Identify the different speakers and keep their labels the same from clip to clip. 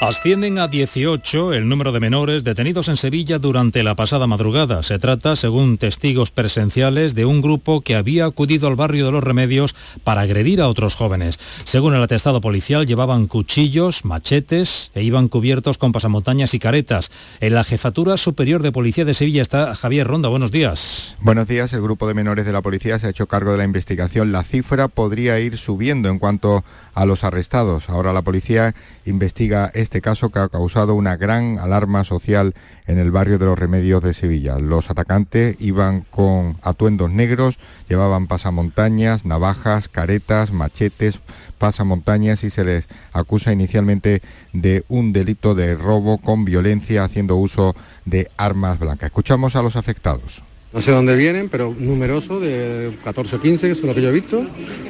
Speaker 1: Ascienden a 18 el número de menores detenidos en Sevilla durante la pasada madrugada. Se trata, según testigos presenciales, de un grupo que había acudido al barrio de los Remedios para agredir a otros jóvenes. Según el atestado policial, llevaban cuchillos, machetes e iban cubiertos con pasamontañas y caretas. En la Jefatura Superior de Policía de Sevilla está Javier Ronda. Buenos días.
Speaker 2: Buenos días. El grupo de menores de la policía se ha hecho cargo de la investigación. La cifra podría ir subiendo en cuanto a los arrestados. Ahora la policía investiga este caso que ha causado una gran alarma social en el barrio de los Remedios de Sevilla. Los atacantes iban con atuendos negros, llevaban pasamontañas, navajas, caretas, machetes, pasamontañas y se les acusa inicialmente de un delito de robo con violencia haciendo uso de armas blancas. Escuchamos a los afectados.
Speaker 3: No sé dónde vienen, pero numerosos, de 14 o 15, que es lo que yo he visto.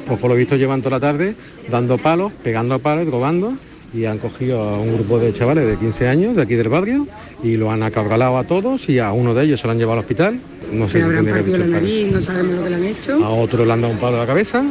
Speaker 3: Pues por lo visto llevan toda la tarde dando palos, pegando palos, robando. Y han cogido a un grupo de chavales de 15 años de aquí del barrio y lo han acabalado a todos y a uno de ellos se lo han llevado al hospital.
Speaker 4: No sé si habrán partido la nariz, no sabemos lo que le han hecho.
Speaker 3: A otro le han dado un palo a la cabeza.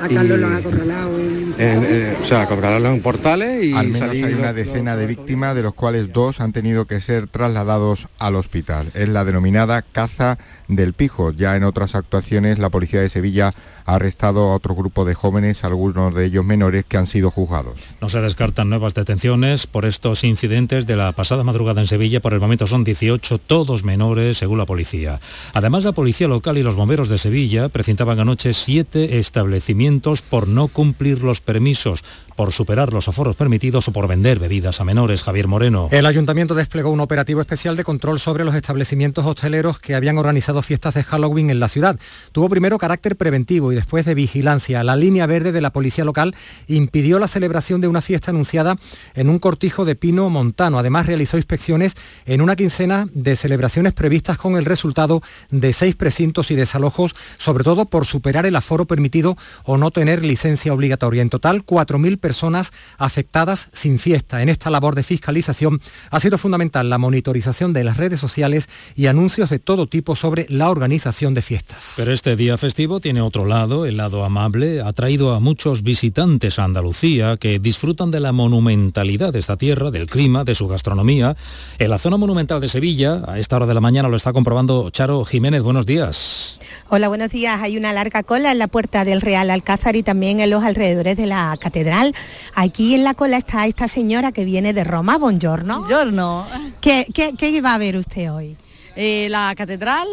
Speaker 4: A Carlos lo han acorralado en...
Speaker 3: En, en, o sea, acorralado en portales y...
Speaker 2: Al menos salir hay una los, decena los, de víctimas, de los cuales dos han tenido que ser trasladados al hospital. Es la denominada caza del pijo. Ya en otras actuaciones la policía de Sevilla ha arrestado a otro grupo de jóvenes, algunos de ellos menores, que han sido juzgados.
Speaker 1: No se descartan nuevas detenciones por estos incidentes de la pasada madrugada en Sevilla. Por el momento son 18, todos menores, según la policía. Además, la policía local y los bomberos de Sevilla precintaban anoche siete establecimientos por no cumplir los permisos por superar los aforos permitidos o por vender bebidas a menores. Javier Moreno.
Speaker 5: El ayuntamiento desplegó un operativo especial de control sobre los establecimientos hosteleros que habían organizado fiestas de Halloween en la ciudad. Tuvo primero carácter preventivo y después de vigilancia. La línea verde de la policía local impidió la celebración de una fiesta anunciada en un cortijo de pino montano. Además realizó inspecciones en una quincena de celebraciones previstas con el resultado de seis precintos y desalojos, sobre todo por superar el aforo permitido o no tener licencia obligatoria. En total, 4.000 personas afectadas sin fiesta. En esta labor de fiscalización ha sido fundamental la monitorización de las redes sociales y anuncios de todo tipo sobre la organización de fiestas.
Speaker 1: Pero este día festivo tiene otro lado, el lado amable. Ha traído a muchos visitantes a Andalucía que disfrutan de la monumentalidad de esta tierra, del clima, de su gastronomía. En la zona monumental de Sevilla, a esta hora de la mañana lo está comprobando Charo Jiménez. Buenos días.
Speaker 6: Hola, buenos días. Hay una larga cola en la puerta del Real Alcázar y también en los alrededores de la catedral. Aquí en la cola está esta señora que viene de Roma, buongiorno.
Speaker 7: Buongiorno.
Speaker 6: ¿Qué, qué, qué va a ver usted hoy?
Speaker 7: Eh, la catedral,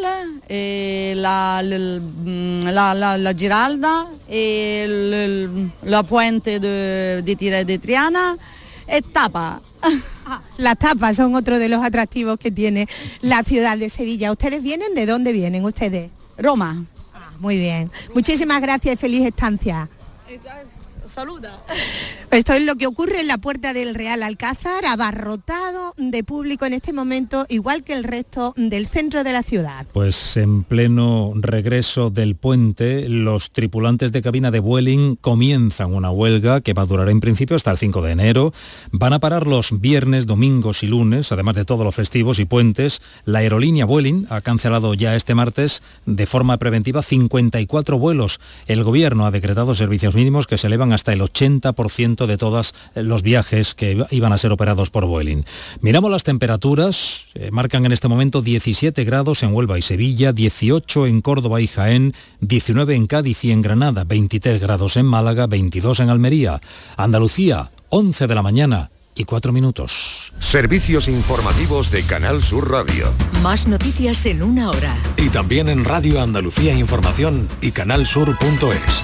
Speaker 7: eh, la, mm, la, la, la, Giralda, eh, la puente de, de, de Triana, etapa.
Speaker 6: Ah, las tapas son otro de los atractivos que tiene la ciudad de Sevilla. ¿Ustedes vienen? ¿De dónde vienen ustedes?
Speaker 7: Roma.
Speaker 6: Ah, muy bien. Muchísimas gracias y feliz estancia
Speaker 7: saluda.
Speaker 6: Esto es lo que ocurre en la puerta del Real Alcázar, abarrotado de público en este momento, igual que el resto del centro de la ciudad.
Speaker 1: Pues en pleno regreso del puente, los tripulantes de cabina de Vueling comienzan una huelga que va a durar en principio hasta el 5 de enero. Van a parar los viernes, domingos y lunes, además de todos los festivos y puentes. La aerolínea Vueling ha cancelado ya este martes de forma preventiva 54 vuelos. El gobierno ha decretado servicios mínimos que se elevan hasta hasta el 80% de todos los viajes que iban a ser operados por Vueling. Miramos las temperaturas, eh, marcan en este momento 17 grados en Huelva y Sevilla, 18 en Córdoba y Jaén, 19 en Cádiz y en Granada, 23 grados en Málaga, 22 en Almería, Andalucía, 11 de la mañana. Y cuatro minutos.
Speaker 8: Servicios informativos de Canal Sur Radio.
Speaker 9: Más noticias en una hora.
Speaker 10: Y también en Radio Andalucía Información y canalsur.es.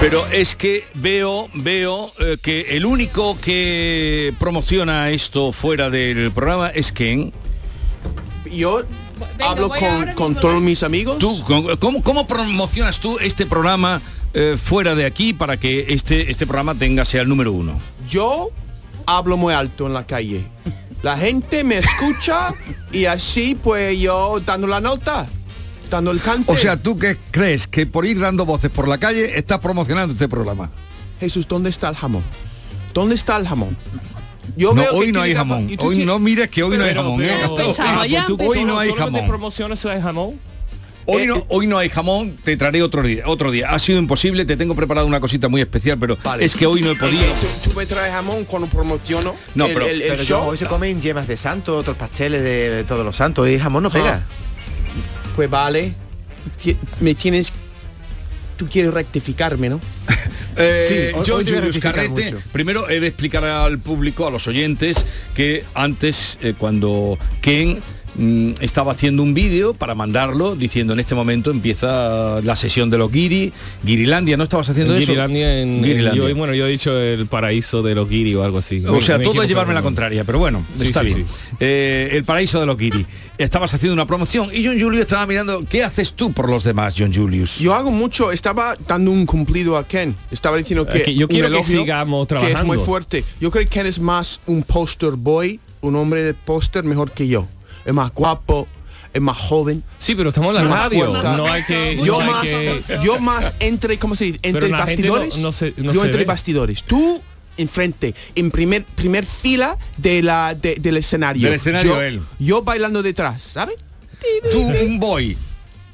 Speaker 11: Pero es que veo, veo eh, que el único que promociona esto fuera del programa es Ken.
Speaker 12: Yo hablo con, con todos mis amigos.
Speaker 11: ¿Tú, con- cómo, cómo promocionas tú este programa eh, fuera de aquí para que este, este programa tenga sea el número uno?
Speaker 12: Yo hablo muy alto en la calle. La gente me escucha y así pues yo dando la nota, dando el canto.
Speaker 13: O sea, ¿tú qué crees? Que por ir dando voces por la calle estás promocionando este programa.
Speaker 12: Jesús, ¿dónde está el jamón? ¿Dónde está el jamón?
Speaker 13: No,
Speaker 12: que
Speaker 13: hoy no hay
Speaker 12: tiene gafas
Speaker 13: jamón.
Speaker 12: y tú
Speaker 13: Hoy
Speaker 12: tienes-
Speaker 13: no mires que hoy no hay
Speaker 12: Pero-
Speaker 13: jamón.
Speaker 12: pero-
Speaker 13: ¿eh?
Speaker 12: pero-
Speaker 14: Pensaba ya,
Speaker 13: Hoy
Speaker 14: pensaba-
Speaker 13: no hay
Speaker 14: solamente
Speaker 13: jamón.
Speaker 14: promociones el jamón.
Speaker 12: Eh,
Speaker 11: Hoy no, hoy no hay jamón, te traeré otro día, otro día. Ha sido imposible, te tengo preparado una cosita muy especial, pero es que hoy no he podido.
Speaker 12: Tú me traes jamón cuando promociono
Speaker 11: No,
Speaker 12: el,
Speaker 11: pero-
Speaker 12: el- el
Speaker 2: Pero yo,
Speaker 12: show.
Speaker 2: hoy se comen yemas de santo, otros pasteles de, de todos los santos y jamón no pega.
Speaker 12: Pues vale, Ti- me tienes... Tú quieres rectificarme, ¿no?
Speaker 11: Eh,
Speaker 12: Sí, hoy-
Speaker 11: yo,
Speaker 12: hoy te voy a
Speaker 11: Julius
Speaker 12: rectificar
Speaker 11: Carrete,
Speaker 12: mucho.
Speaker 11: primero he de explicar al público, a los oyentes, que antes, eh, cuando Ken mm, estaba haciendo un vídeo para mandarlo, diciendo en este momento empieza la sesión de los Giri, Girilandia, ¿no estabas haciendo
Speaker 14: En
Speaker 11: eso?
Speaker 14: Girilandia, en- en-
Speaker 11: Girilandia.
Speaker 14: yo- bueno, yo he dicho el paraíso de los guiri o algo así.
Speaker 11: O sea, todo es llevarme la contraria, pero bueno,
Speaker 14: Sí,
Speaker 11: está
Speaker 14: sí,
Speaker 11: bien. Eh, el paraíso de los Giri. Estabas haciendo una promoción y John Julius estaba mirando, ¿qué haces tú por los demás, John Julius?
Speaker 12: Yo hago mucho, estaba dando un cumplido a Ken. Estaba diciendo que,
Speaker 14: Es Eh, que yo
Speaker 12: un
Speaker 14: quiero que
Speaker 12: elogio
Speaker 14: sigamos
Speaker 12: que es muy
Speaker 14: trabajando.
Speaker 12: fuerte. Yo creo que Ken es más un poster boy, un hombre de póster mejor que yo. Es más guapo, es más joven.
Speaker 14: Sí, pero estamos en la
Speaker 12: es más
Speaker 14: radio,
Speaker 12: fuerte.
Speaker 14: no hay que-
Speaker 12: Yo
Speaker 14: no hay
Speaker 12: más,
Speaker 14: que-
Speaker 12: yo más entre, ¿cómo se dice?
Speaker 14: Pero
Speaker 12: Entre
Speaker 14: la gente
Speaker 12: bastidores.
Speaker 14: no- no se- no
Speaker 12: yo
Speaker 14: se
Speaker 12: entre
Speaker 14: ve.
Speaker 12: bastidores. Tú enfrente, en primer primer fila de la de- del escenario.
Speaker 11: Del escenario,
Speaker 12: yo,
Speaker 11: él.
Speaker 12: yo bailando detrás, ¿sabes?
Speaker 11: Tú un boy.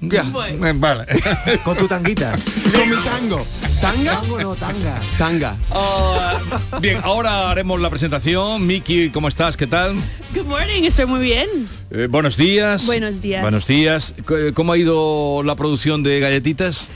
Speaker 11: Eh,
Speaker 12: Ya.
Speaker 11: Vale.
Speaker 12: Con tu tanguita. Con mi tango. ¿Tanga?
Speaker 2: Tango no, tanga.
Speaker 12: Tanga.
Speaker 11: Ah, bien, ahora haremos la presentación. Miki, ¿cómo estás? ¿Qué tal?
Speaker 15: Good morning, estoy muy bien.
Speaker 11: Eh, buenos días.
Speaker 15: Buenos días.
Speaker 11: Buenos días. C- eh, ¿Cómo ha ido la producción de galletitas?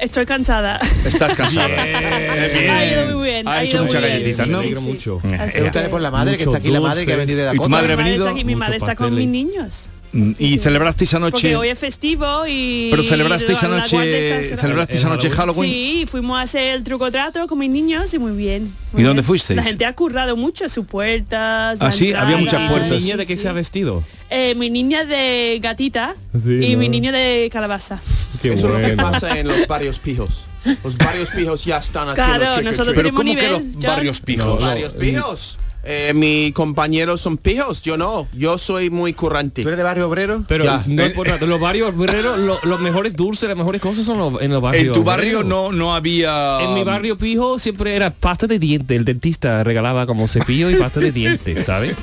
Speaker 15: Estoy cansada.
Speaker 11: Estás cansada. Eh, bien.
Speaker 15: Ha ido muy bien.
Speaker 11: Ha
Speaker 15: ha
Speaker 11: hecho
Speaker 15: ido muy
Speaker 11: muchas
Speaker 15: bien.
Speaker 11: galletitas, ¿no?
Speaker 15: Sí, sí.
Speaker 11: Eh,
Speaker 15: Así
Speaker 11: Pregúntale
Speaker 15: que-
Speaker 11: por la madre, que está aquí, la madre que ha venido de
Speaker 15: Muchos
Speaker 11: ¿Y tu madre ha
Speaker 15: Mi
Speaker 11: venido?
Speaker 15: está aquí, mi
Speaker 11: Mucho
Speaker 15: madre está con
Speaker 11: pastel.
Speaker 15: mis niños.
Speaker 11: Mm, Y celebrasteis anoche.
Speaker 15: Porque hoy es festivo y...
Speaker 11: Pero celebrasteis
Speaker 15: la- la
Speaker 11: anoche-
Speaker 15: guardia está cerrada.
Speaker 11: celebrasteis anoche Halloween.
Speaker 15: Sí, fuimos a hacer el truco trato con mis niños y muy bien.
Speaker 11: ¿Y dónde fuisteis?
Speaker 15: La gente ha currado mucho sus puertas.
Speaker 11: Ah,
Speaker 15: la
Speaker 11: sí,
Speaker 15: entrada.
Speaker 11: había muchas puertas.
Speaker 14: niña de qué se ha vestido?
Speaker 15: Eh, mi niña de gatita
Speaker 14: Sí,
Speaker 15: y
Speaker 14: ¿no?
Speaker 15: mi niño de calabaza.
Speaker 14: Qué
Speaker 12: Eso es lo que
Speaker 14: bueno.
Speaker 12: pasa en los barrios pijos. Los barrios pijos ya están haciendo
Speaker 15: Claro,
Speaker 12: trick or
Speaker 15: nosotros
Speaker 12: treat.
Speaker 15: Pero tenemos ¿cómo que nivel, los John? barrios
Speaker 11: pijos?
Speaker 12: Los
Speaker 11: No,
Speaker 12: barrios
Speaker 11: eh,
Speaker 12: pijos. Eh, mis compañeros son pijos, yo no. Yo soy muy currante. ¿Tú eres de barrio obrero?
Speaker 14: Pero
Speaker 11: Eh,
Speaker 14: no es por nada, los barrios obreros, lo- los mejores dulces, las mejores cosas son los- en los barrios.
Speaker 11: En tu barrio
Speaker 14: obreros.
Speaker 11: no, no había...
Speaker 14: En mi barrio pijo siempre era pasta de dientes. El dentista regalaba como cepillo y pasta de dientes, ¿sabes?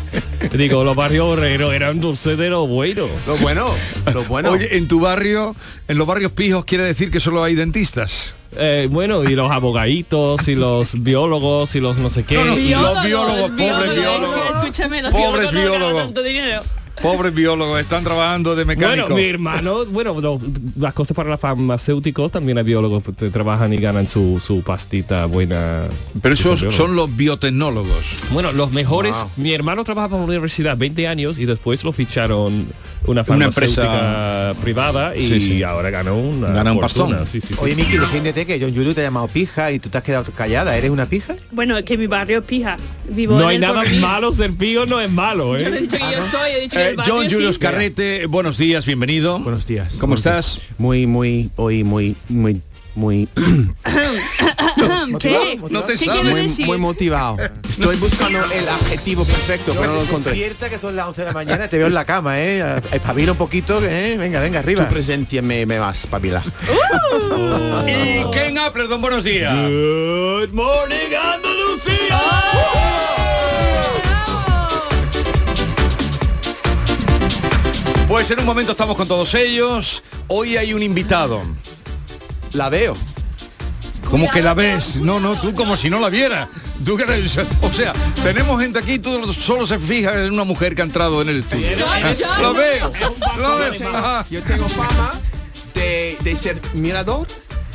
Speaker 14: Digo, los barrios obreros eran dulces de lo bueno.
Speaker 12: Lo bueno, lo bueno.
Speaker 11: Oye, en tu barrio, en los barrios pijos, quiere decir que solo hay dentistas.
Speaker 14: Eh, bueno, y los abogaditos, y los biólogos, y los no sé qué.
Speaker 11: No, no, los
Speaker 14: Y-
Speaker 11: biólogos, pobres
Speaker 15: biólogos.
Speaker 11: biólogos.
Speaker 15: Escúchame, los biólogos
Speaker 11: Pobres
Speaker 15: no ganan
Speaker 11: biólogos.
Speaker 15: tanto dinero.
Speaker 11: Pobres biólogos, están trabajando de mecánico.
Speaker 14: Bueno, mi hermano, bueno, los- las cosas para los farmacéuticos también hay biólogos que trabajan y ganan su, su pastita buena.
Speaker 11: Pero esos son los biotecnólogos.
Speaker 14: Bueno, los mejores.
Speaker 11: Wow.
Speaker 14: Mi hermano trabajaba en la universidad 20 años y después lo ficharon una
Speaker 11: Una
Speaker 14: farmacéutica
Speaker 11: empresa-
Speaker 14: privada y
Speaker 11: Sí, sí.
Speaker 14: ahora ganó una
Speaker 11: Gana un
Speaker 14: fortuna.
Speaker 11: pastón.
Speaker 14: Sí, sí, sí.
Speaker 2: Oye, Miki, defiéndete que John Julio te ha llamado pija y tú te has quedado callada. ¿Eres una pija?
Speaker 15: Bueno, es que mi barrio es pija. Vivo
Speaker 14: No
Speaker 15: en
Speaker 14: hay
Speaker 15: el
Speaker 14: nada
Speaker 15: porvenir.
Speaker 14: malo, ser pío no es malo, ¿eh?
Speaker 15: Yo no he dicho que yo soy, he dicho que
Speaker 11: Eh,
Speaker 15: el barrio
Speaker 11: John
Speaker 15: sí.
Speaker 11: Julius Carrete, buenos días, bienvenido. Buenos
Speaker 12: días.
Speaker 11: ¿Cómo estás?
Speaker 12: Muy, muy, hoy, muy, muy, muy...
Speaker 15: ¿Qué?
Speaker 12: No te
Speaker 15: ¿Qué quiere
Speaker 12: muy,
Speaker 15: decir?
Speaker 12: muy motivado. Estoy buscando el adjetivo perfecto, pero no lo encontré.
Speaker 2: Despierta que son las 11 de la mañana, te veo en la cama, ¿eh? Espabila un poquito, ¿eh? Venga, venga,
Speaker 12: Tu
Speaker 2: arriba.
Speaker 12: presencia me, me va a espabilar.
Speaker 11: Y Ken Appleton, buenos días.
Speaker 14: Uh. Good morning, Andalucía.
Speaker 11: Pues en un momento estamos con todos ellos. Hoy hay un invitado.
Speaker 12: La veo.
Speaker 11: ¿Cómo que la ves? No, no, tú como si no la viera. Tú que eres- o sea, tenemos gente aquí, tú solo se fija en una mujer que ha entrado en el estudio. Lo veo. lo
Speaker 12: Yo
Speaker 11: veo.
Speaker 12: tengo- Yo tengo fama de, de ser mirador.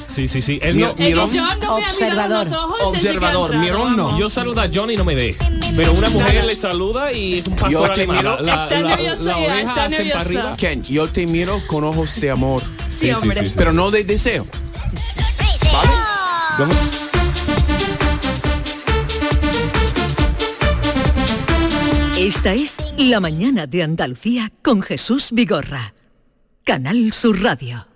Speaker 14: Sí, sí, sí. Él
Speaker 12: Mi-
Speaker 14: no-
Speaker 12: mi- Mirón.
Speaker 15: Observador.
Speaker 12: Observador, mirón no.
Speaker 14: Yo saludo a John y no me ve. Pero una mujer le saluda y es un pastor
Speaker 12: Yo te
Speaker 14: alemán.
Speaker 12: miro-
Speaker 15: Está nervioso ya,
Speaker 14: oreja
Speaker 15: está
Speaker 14: hacen para
Speaker 15: nervioso.
Speaker 14: arriba.
Speaker 12: Ken, yo te miro con ojos de amor.
Speaker 15: Sí, Sí, sí, hombre. sí, sí.
Speaker 12: Pero no de deseo.
Speaker 16: ¿Cómo?
Speaker 9: Esta es La mañana de Andalucía con Jesús Vigorra. Canal Sur Radio.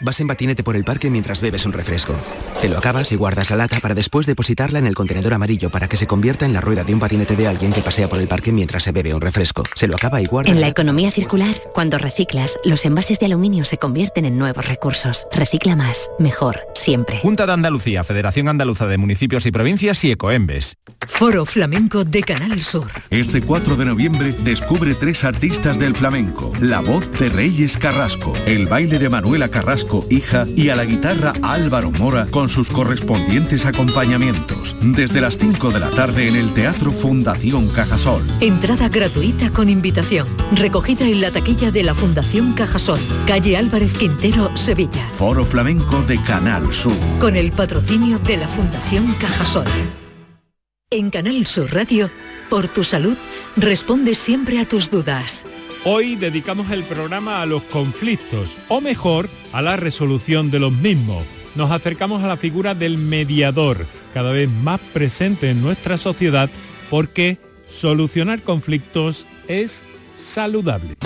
Speaker 17: Vas en patinete por el parque mientras bebes un refresco. Te lo acabas y guardas la lata para después depositarla en el contenedor amarillo para que se convierta en la rueda de un patinete de alguien que pasea por el parque mientras se bebe un refresco. Se lo acaba y guarda.
Speaker 4: En la economía circular, cuando reciclas, los envases de aluminio se convierten en nuevos recursos. Recicla más, mejor, siempre.
Speaker 1: Junta de Andalucía, Federación Andaluza de Municipios y Provincias y ¿eh? Ecoembes.
Speaker 9: Foro Flamenco de Canal Sur.
Speaker 3: Este 4 de noviembre descubre tres artistas del flamenco. La voz de Reyes Carrasco, el baile de Manuela Carrasco, hija, y a la guitarra Álvaro Mora con sus correspondientes acompañamientos. Desde las 5 de la tarde en el Teatro Fundación Cajasol.
Speaker 9: Entrada gratuita con invitación. Recogida en la taquilla de la Fundación Cajasol, calle Álvarez Quintero, Sevilla.
Speaker 3: Foro Flamenco de Canal Sur.
Speaker 9: Con el patrocinio de la Fundación Cajasol. En Canal Sur Radio, por tu salud, responde siempre a tus dudas.
Speaker 14: Hoy dedicamos el programa a los conflictos, o mejor, a la resolución de los mismos. Nos acercamos a la figura del mediador, cada vez más presente en nuestra sociedad, porque solucionar conflictos es saludable.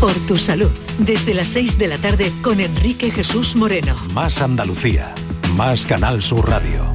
Speaker 9: Por tu salud, desde las 6 de la tarde con Enrique Jesús Moreno.
Speaker 3: Más Andalucía. Más Canal Sur Radio.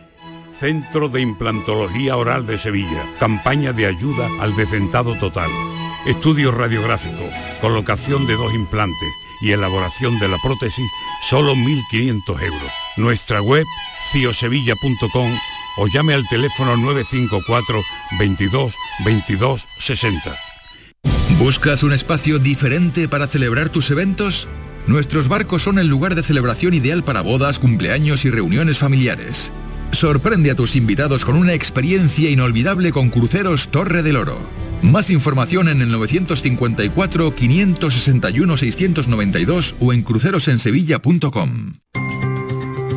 Speaker 18: Centro de Implantología Oral de Sevilla. Campaña de ayuda al decentado total. Estudio radiográfico, colocación de dos implantes y elaboración de la prótesis, solo 1.500 euros. Nuestra web, ciosevilla.com o llame al teléfono 954 22 22 60.
Speaker 19: ¿Buscas un espacio diferente para celebrar tus eventos? Nuestros barcos son el lugar de celebración ideal para bodas, cumpleaños y reuniones familiares. Sorprende a tus invitados con una experiencia inolvidable con Cruceros Torre del Oro. Más información en el 954-561-692 o en crucerosensevilla.com.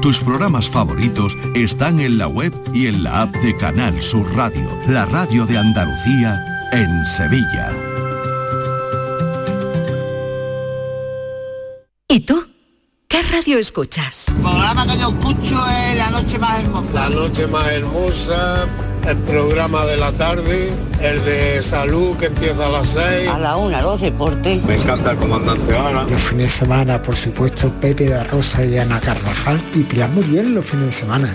Speaker 3: Tus programas favoritos están en la web y en la app de Canal Sur Radio, la radio de Andalucía en Sevilla.
Speaker 9: ¿Y tú? ¿Qué radio escuchas?
Speaker 20: programa que yo escucho es La Noche Más Hermosa.
Speaker 12: La noche más hermosa, el programa de la tarde, el de salud que empieza a las 6.
Speaker 21: A la una, los deportes.
Speaker 22: Me encanta el comandante Ana.
Speaker 23: Los fines de semana, por supuesto, Pepe de Rosa y Ana Carvajal. Y Pilar Muriel los fines de semana.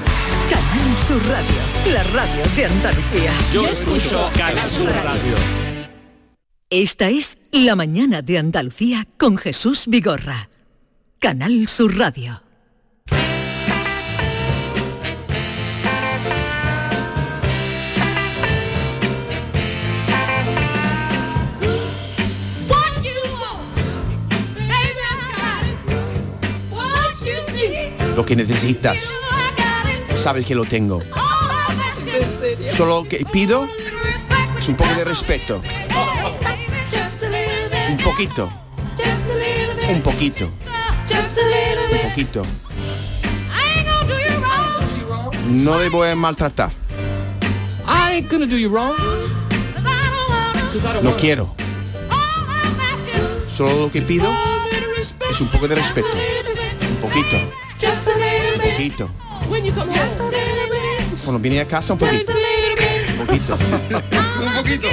Speaker 9: Canal Sur Radio, la radio de Andalucía.
Speaker 24: Yo escucho Canal Sur Radio.
Speaker 9: Esta es La mañana de Andalucía con Jesús Vigorra. Canal Sur Radio.
Speaker 25: Lo que necesitas, sabes que lo tengo. Solo que pido es un poco de respeto. Un poquito. Un poquito. Un poquito. No le voy a maltratar.
Speaker 26: I ain't gonna do you wrong. 'Cause I don't
Speaker 25: No
Speaker 26: wanna-
Speaker 25: quiero. Solo lo que pido es un poco de respeto. Un poquito.
Speaker 26: Just a little
Speaker 25: Un
Speaker 26: bit.
Speaker 25: poquito.
Speaker 26: When you come home.
Speaker 25: Cuando vine a casa un
Speaker 26: Just
Speaker 25: poquito.
Speaker 26: a little bit.
Speaker 25: Un poquito.
Speaker 26: Un poquito.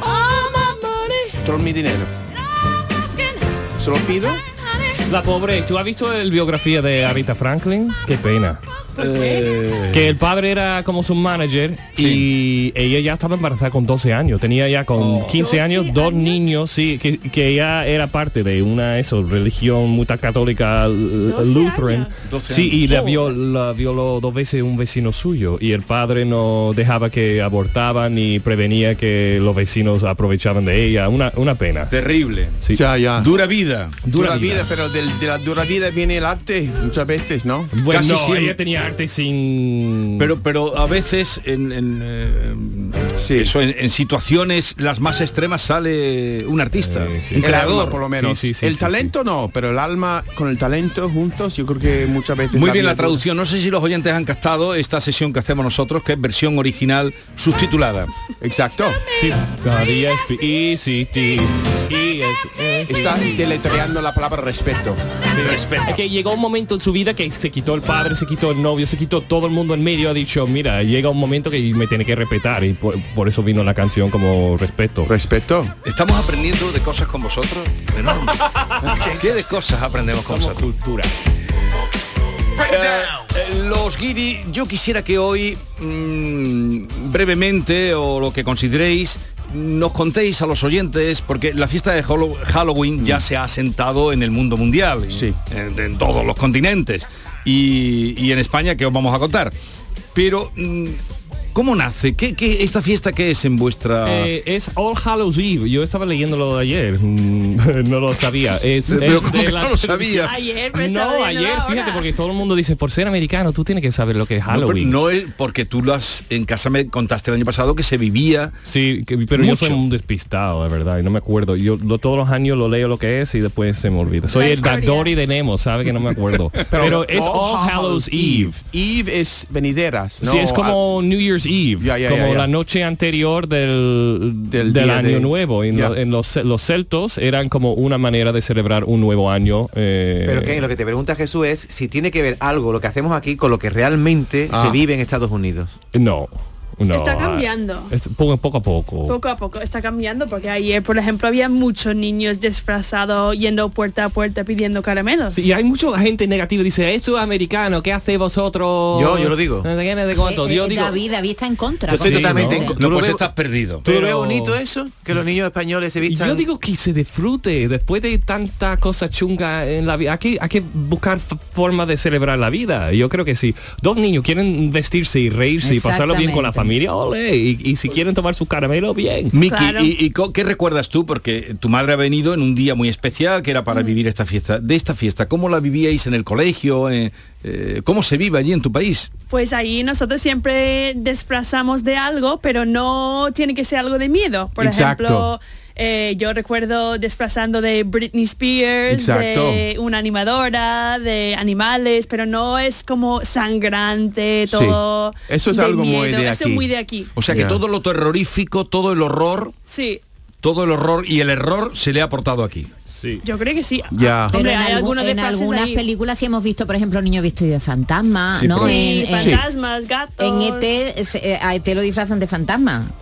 Speaker 26: All my money.
Speaker 25: Todo mi dinero. Solo pido
Speaker 26: honey.
Speaker 27: La pobre, ¿tú has visto el biografía de Arita Franklin? Qué pena.
Speaker 14: Eh, que el padre era como su manager sí. y ella ya estaba embarazada con 12 años. Tenía ya con oh. 15 años dos años. niños, sí, que, que, ella era parte de una eso, religión muy católica lutheran. Sí, y la, viol, la, violó dos veces un vecino suyo y el padre no dejaba que abortaban ni prevenía que los vecinos aprovechaban de ella. Una, una pena.
Speaker 11: Terrible.
Speaker 12: Sí. Ya, ya.
Speaker 11: Dura vida.
Speaker 12: Dura, dura vida. vida. pero del, de la dura vida viene el arte muchas veces, ¿no?
Speaker 14: Bueno, Casi no, ella tenía arte sin...
Speaker 11: Pero, pero a veces en, en, eh, sí. eso, en, en, situaciones las más extremas sale un artista.
Speaker 12: Eh, sí. El creador, por lo menos. Sí, el talento no, pero el alma con el talento juntos, yo creo que muchas veces...
Speaker 11: Muy la bien la traducción. No sé si los oyentes han captado esta sesión que hacemos nosotros, que es versión original subtitulada.
Speaker 12: Exacto. Sí. Está deletreando la palabra respeto.
Speaker 14: respeto. Es que llegó un momento en su vida que se quitó el padre, se quitó el novio, se quitó todo el mundo en medio, ha dicho, mira, llega un momento que me tiene que respetar y por, por eso vino la canción como respeto.
Speaker 12: Respeto.
Speaker 11: Estamos aprendiendo de cosas con vosotros. Enorme. ¿Qué de cosas aprendemos con
Speaker 14: Somos
Speaker 11: vosotros?
Speaker 14: cultura.
Speaker 11: Eh, los guiri, yo quisiera que hoy mmm, brevemente o lo que consideréis nos contéis a los oyentes, porque la fiesta de Halloween
Speaker 14: Mm.
Speaker 11: ya se ha asentado en el mundo mundial, sí. en, en, todos los continentes, y, y, en España, que os vamos a contar. Pero, mm, ¿cómo nace? ¿Qué, qué esta fiesta qué es en vuestra...?
Speaker 14: Eh, es All Hallows Eve, yo estaba leyéndolo de ayer, mm, no lo sabía. Es,
Speaker 11: Pero es, de la... no lo sabía?
Speaker 25: eh,
Speaker 14: Ayer, no, ayer, fíjate, porque todo el mundo dice, por ser americano, tú tienes que saber lo que es Halloween.
Speaker 11: No, pero no es porque tú las en casa me contaste el año pasado que se vivía.
Speaker 14: Sí, que, pero mucho. yo soy un despistado, de verdad, y no me acuerdo. Yo lo, todos los años lo leo lo que es y después se me olvida. Soy el Dadori de Nemo, sabe que no me acuerdo. pero, pero, es All, All Hallows Eve.
Speaker 12: Eve. Eve es venideras.
Speaker 14: No, ah, sí, es como New Year's Eve, yeah, yeah, como yeah, la noche anterior del, del, del año de... nuevo. En, lo, en los, los, celtos eran como una manera de celebrar un nuevo año. Eh...
Speaker 23: Pero que lo que te pregunta Jesús es si tiene que ver algo lo que hacemos aquí con lo que realmente ah. se vive en Estados Unidos.
Speaker 14: No. No, ah, eh, oh.
Speaker 28: está cambiando.
Speaker 14: Es, poco, poco, a poco.
Speaker 28: Poco a poco está cambiando porque ayer, por ejemplo, había muchos niños disfrazados yendo puerta a puerta pidiendo caramelos.
Speaker 14: Sí, y hay mucha gente negativa, dice, esto es americano, ¿qué hace vosotros?
Speaker 23: Yo, yo lo digo.
Speaker 14: No sé no sé cuánto.
Speaker 29: Eh,
Speaker 14: yo
Speaker 29: eh,
Speaker 14: digo,
Speaker 29: David, David está en contra.
Speaker 11: Yo estoy sí, totalmente no, en no, pues estás perdido.
Speaker 23: ¿Tú lo bonito eso? Que los niños españoles se vistan...
Speaker 14: Yo digo que se disfrute después de tanta cosa chunga en la vida. Hay que, hay que buscar formas de celebrar la vida. Yo creo que si dos niños quieren vestirse y reírse y pasarlo bien con la familia, familia, ole, y, y, si quieren tomar su caramelo, bien.
Speaker 11: Miki, claro. y, y, qué recuerdas tú? Porque tu madre ha venido en un día muy especial que era para mm. vivir esta fiesta. De esta fiesta, ¿cómo la vivíais en el colegio? Eh, eh, ¿Cómo se vive allí en tu país?
Speaker 28: Pues ahí nosotros siempre disfrazamos de algo, pero no tiene que ser algo de miedo. Por Exacto. ejemplo... Eh, yo recuerdo disfrazando de Britney Spears, Exacto. de una animadora, de animales, pero no es como sangrante, todo.
Speaker 12: Sí. Eso es algo
Speaker 28: miedo.
Speaker 12: muy de
Speaker 28: Eso
Speaker 12: aquí.
Speaker 28: muy de aquí.
Speaker 11: O sea yeah. que todo lo terrorífico, todo el horror.
Speaker 28: Sí.
Speaker 11: Todo el horror y el error se le ha aportado aquí.
Speaker 28: Sí. Yo creo que sí.
Speaker 11: Ya.
Speaker 29: Pero Hombre, en, hay algún, en algunas ahí. películas sí hemos visto, por ejemplo, niños vestidos de fantasma, sí, ¿no? Pero...
Speaker 28: Sí, en, fantasmas, en, gatos.
Speaker 29: En ET, se, eh, a ET lo disfrazan de fantasma.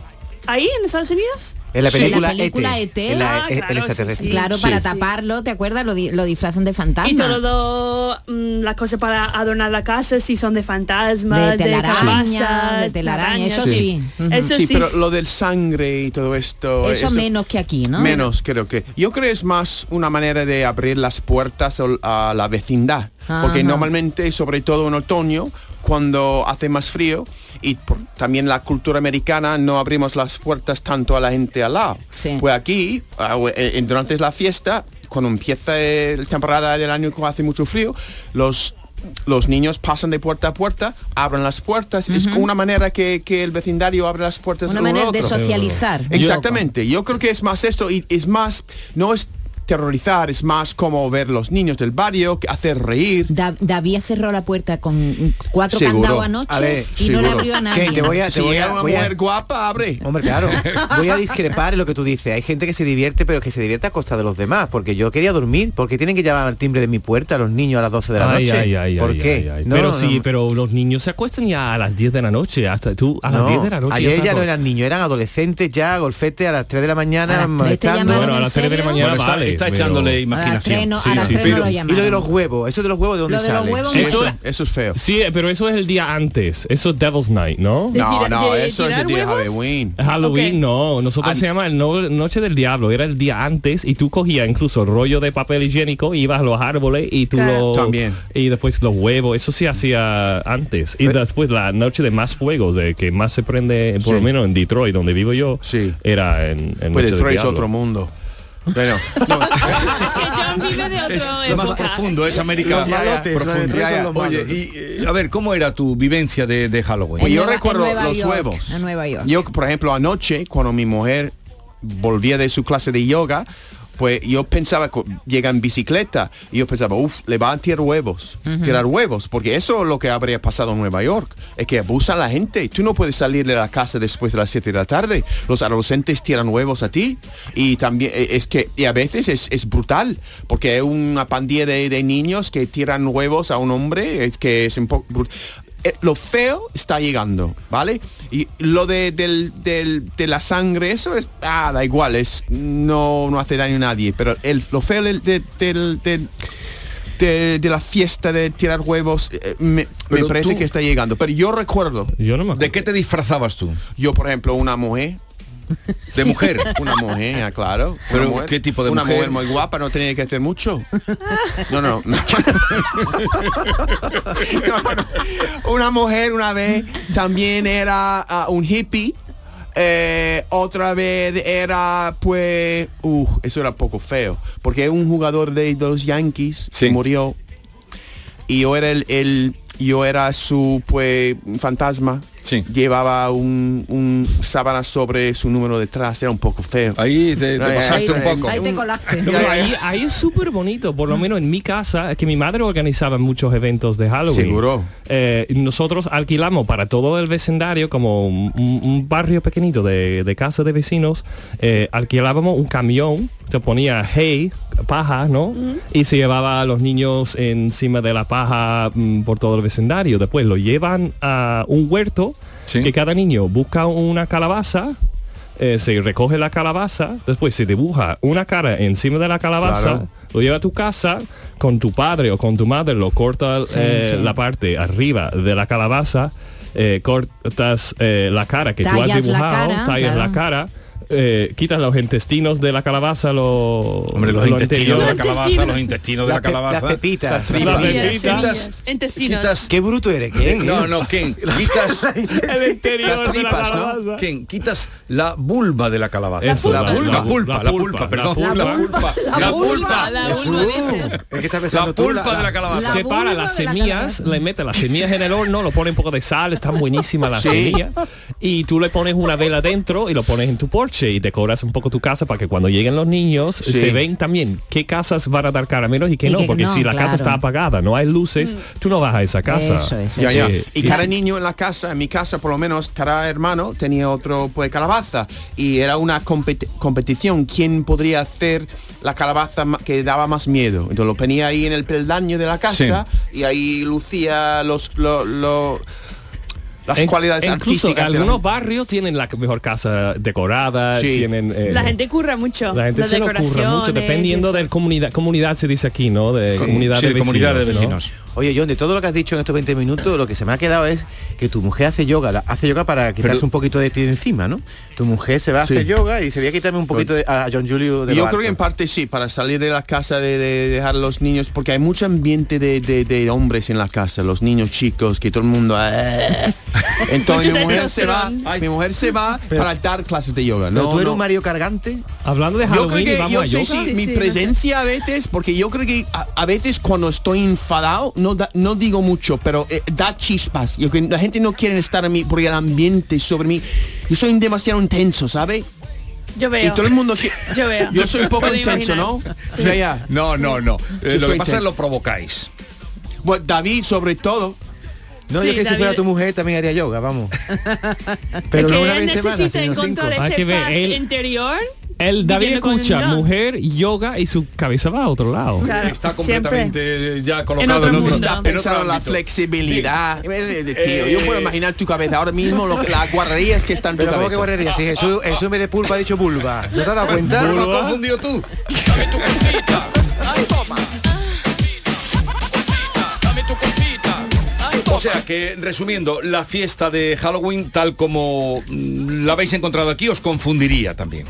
Speaker 28: ¿Ahí en Estados Unidos?
Speaker 23: En la película,
Speaker 29: sí, la película ET.
Speaker 23: ET. La, ah, e, claro,
Speaker 29: el sí, sí. claro, para taparlo, ¿te acuerdas? Lo, di, lo, disfrazan de fantasma.
Speaker 28: Y todo mmm, las cosas para adornar la casa, si son de fantasmas, de, telaraña, de, calabazas,
Speaker 29: de telaraña, eso sí.
Speaker 28: Uh -huh. Eso sí.
Speaker 12: pero lo del sangre y todo esto...
Speaker 29: Eso, eso, menos que aquí, ¿no?
Speaker 12: Pues Menos, creo que. Yo creo que es más una manera de abrir las puertas a la vecindad. Ajá. Porque normalmente, sobre todo en otoño, cuando hace más frío y por, también la cultura americana no abrimos las puertas tanto a la gente al lado. Sí. Pues aquí, eh, durante la fiesta, cuando empieza la temporada del año que hace mucho frío, los los niños pasan de puerta a puerta, abren las puertas, uh -huh. es una manera que, que, el vecindario abre las puertas.
Speaker 29: Una manera de socializar.
Speaker 12: Exactamente, yo creo que es más esto y es más, no es terrorizar, es más como ver los niños del barrio, hacer reír.
Speaker 29: Da David cerró la puerta con cuatro candados anoche ver, y seguro. no le abrió a nadie.
Speaker 23: ¿Qué? Te voy a, te
Speaker 12: si
Speaker 23: voy
Speaker 12: a,
Speaker 23: una
Speaker 12: voy a... mujer guapa, abre.
Speaker 23: Hombre, claro. Voy a discrepar en lo que tú dices. Hay gente que se divierte, pero que se divierte a costa de los demás. Porque yo quería dormir, porque tienen que llamar al timbre de mi puerta a los niños a las 12 de la
Speaker 14: ay,
Speaker 23: noche.
Speaker 14: Ay, ay,
Speaker 23: ¿Por qué?
Speaker 14: No, pero no, sí, no. pero los niños se acuestan ya a las 10 de la noche. Hasta tú, a las 10 de la noche.
Speaker 23: Ayer ya, ya no eran niños, eran adolescentes ya, golfete a las 3 de la mañana,
Speaker 29: molestando.
Speaker 14: Bueno, a las 3 de la mañana, vale.
Speaker 11: está echándole imaginación.
Speaker 23: Y lo de los huevos, eso de los huevos de dónde sale.
Speaker 12: Eso, eso, es feo.
Speaker 14: Sí, pero eso es el día antes. Eso es Devil's Night, ¿no?
Speaker 12: No, no, eso es el día de Halloween.
Speaker 14: Halloween okay. no, nosotros And se llama el no, Noche del Diablo, era el día antes y tú cogías incluso rollo de papel higiénico, ibas a los árboles y tú claro.
Speaker 12: lo también
Speaker 14: y después los huevos, eso sí hacía antes y Pero, después la noche de más fuegos de que más se prende por sí. lo menos en Detroit donde vivo yo,
Speaker 12: sí.
Speaker 14: era en, en
Speaker 12: pues Detroit es otro mundo. Bueno, no.
Speaker 28: es que John vive de otro
Speaker 11: es lo más profundo, es América malotes, profunda. Ya, ya. Oye, y, eh, a ver, ¿cómo era tu vivencia de, de Halloween?
Speaker 12: Oye, yo Nueva, recuerdo los
Speaker 29: York,
Speaker 12: huevos.
Speaker 29: En Nueva York.
Speaker 12: Yo, por ejemplo, anoche, cuando mi mujer volvía de su clase de yoga, pues yo pensaba, llega en bicicleta, y yo pensaba, uff, le va a tirar huevos, uh -huh. tirar huevos, porque eso es lo que habría pasado en Nueva York, es que abusan a la gente, tú no puedes salir de la casa después de las 7 de la tarde, los adolescentes tiran huevos a ti, y también eh, es que, y a veces es, es brutal, porque hay una pandilla de, de, niños que tiran huevos a un hombre, es que es un poco brutal. Eh, lo feo está llegando, ¿vale? Y lo de, del, del, de la sangre, eso es, ah, da igual, es, no, no hace daño a nadie, pero el, lo feo del, del, del de, de, la fiesta de tirar huevos eh, me, me, parece tú, que está llegando. Pero yo recuerdo.
Speaker 14: Yo no me
Speaker 11: ¿De qué te disfrazabas tú?
Speaker 12: Yo, por ejemplo, una mujer.
Speaker 11: De mujer.
Speaker 12: Una mujer, ah, claro.
Speaker 11: Pero
Speaker 12: mujer,
Speaker 11: ¿qué tipo de
Speaker 12: una
Speaker 11: mujer?
Speaker 12: Una mujer muy guapa, no tenía que hacer mucho. No, no. no. no, no. Una mujer una vez también era uh, un hippie. Eh, otra vez era pues uh, eso era poco feo porque un jugador de, de los Yankees sí. murió y yo era el, el yo era su pues fantasma
Speaker 11: Sí.
Speaker 12: llevaba un, un, sábana sobre su número detrás, era un poco feo.
Speaker 11: Ahí te, te ahí, pasaste ahí, un poco.
Speaker 29: Ahí te colaste.
Speaker 14: No, ahí, ahí, es súper bonito, por lo menos en mi casa, es que mi madre organizaba muchos eventos de Halloween.
Speaker 12: Seguro.
Speaker 14: Eh, nosotros alquilamos para todo el vecindario, como un, un barrio pequeñito de, de casa de vecinos, eh, alquilábamos un camión, te ponía hay, paja, ¿no? Uh -huh. Y se llevaba a los niños encima de la paja mm, por todo el vecindario. Después lo llevan a un huerto Sí. que cada niño busca una calabaza, eh, se recoge la calabaza, después se dibuja una cara encima de la calabaza, claro. lo lleva a tu casa, con tu padre o con tu madre lo corta sí, eh, sí. la parte arriba de la calabaza, eh, cortas eh, la cara que
Speaker 29: tallas
Speaker 14: tú has dibujado,
Speaker 29: la cara,
Speaker 14: tallas claro. la cara. Eh, quitas los intestinos de la calabaza, los,
Speaker 11: Hombre, los, los intestinos de la calabaza, los intestinos de la, la calabaza.
Speaker 23: Las pepitas.
Speaker 11: Las tripas. Las pepitas.
Speaker 28: Intestinos.
Speaker 23: Quitas, Qué bruto eres, ¿eh? ¿quién?
Speaker 11: No, no, Ken. Quitas
Speaker 14: el interior
Speaker 11: las tripas,
Speaker 14: de la ¿no?
Speaker 11: Ken, quitas la vulva de la calabaza.
Speaker 14: Eso, la, vulva.
Speaker 11: La pulpa, la pulpa, perdón. La pulpa. La pulpa.
Speaker 28: La
Speaker 11: pulpa de la calabaza.
Speaker 14: Separa las semillas, le mete las semillas en el horno, lo pone un poco de sal, están buenísimas las semillas. Y tú le pones una vela dentro y lo pones en tu porche y decoras un poco tu casa para que cuando lleguen los niños sí. se ven también qué casas van a dar caramelos y qué no, porque no, si la claro. casa está apagada, no hay luces, mm. tú no vas a esa casa.
Speaker 29: Eso, eso,
Speaker 12: ya, ya. Sí. Y cada sí. niño en la casa, en mi casa por lo menos, cada hermano tenía otro pues calabaza y era una compet competición, quién podría hacer la calabaza que daba más miedo. Entonces lo ponía ahí en el peldaño de la casa y ahí lucía los... los, los las en, cualidades
Speaker 14: e incluso
Speaker 12: artísticas
Speaker 14: algunos la... barrios tienen la mejor casa decorada sí. tienen eh,
Speaker 28: la gente curra mucho
Speaker 14: la gente
Speaker 28: la
Speaker 14: se lo curra mucho dependiendo de comunidad comunidad se dice aquí no de
Speaker 11: sí.
Speaker 14: comunidad
Speaker 11: sí,
Speaker 14: de, vecinos,
Speaker 11: comunidad de vecinos.
Speaker 23: ¿no? oye John de todo lo que has dicho en estos 20 minutos lo que se me ha quedado es que tu mujer hace yoga la, hace yoga para quitarse Pero, un poquito de ti de encima no tu mujer se va a hacer yoga y se voy a quitarme un poquito de, a John Julio de
Speaker 12: yo
Speaker 23: lo
Speaker 12: creo que en parte sí para salir de la casa de, de dejar a los niños porque hay mucho ambiente de, de, hombres en la casa los niños chicos que todo el mundo eh, Entonces mi mujer, se va, mi mujer se va pero, para dar clases de yoga. No,
Speaker 23: ¿Tú eres
Speaker 12: no.
Speaker 23: un Mario Cargante?
Speaker 14: Hablando de Halloween,
Speaker 12: yo creo que yo
Speaker 14: a
Speaker 12: sé, sí, sí, mi sí, presencia no sé. a veces, porque yo creo que a, a veces cuando estoy enfadado, no, da, no digo mucho, pero eh, da chispas. Yo, que la gente no quiere estar a mí porque el ambiente sobre mí. Yo soy demasiado intenso, ¿sabes?
Speaker 28: Yo veo.
Speaker 12: Y todo el mundo que...
Speaker 28: Yo veo.
Speaker 12: Yo soy un poco intenso, ¿no?
Speaker 11: Ya, ya. No, no, no. Eh, lo que pasa es lo provocáis.
Speaker 12: Bueno, David, sobre todo,
Speaker 23: no, sí, yo que David. si fuera tu mujer también haría yoga, vamos.
Speaker 28: Pero es que una vez necesita semana, encontrar ese
Speaker 14: Hay que ver,
Speaker 28: él, interior.
Speaker 14: El David escucha mujer, yoga y su cabeza va a otro lado.
Speaker 11: Claro, está completamente siempre. ya colocado
Speaker 12: en otro, Estás pensando en la flexibilidad. Sí. Tío, eh. yo puedo imaginar tu cabeza ahora mismo, lo, las guarrerías que están en tu
Speaker 23: ¿Pero
Speaker 12: cabeza.
Speaker 23: que guarrerías? Si Jesús, Jesús me de pulpa ha dicho vulva. ¿No te has dado cuenta?
Speaker 11: ¿Lo has confundido tú?
Speaker 30: Dame tu cosita. Ay, toma. Cosita. Dame tu cosita.
Speaker 11: O sea que resumiendo, la fiesta de Halloween tal como mm, la habéis encontrado aquí os confundiría también.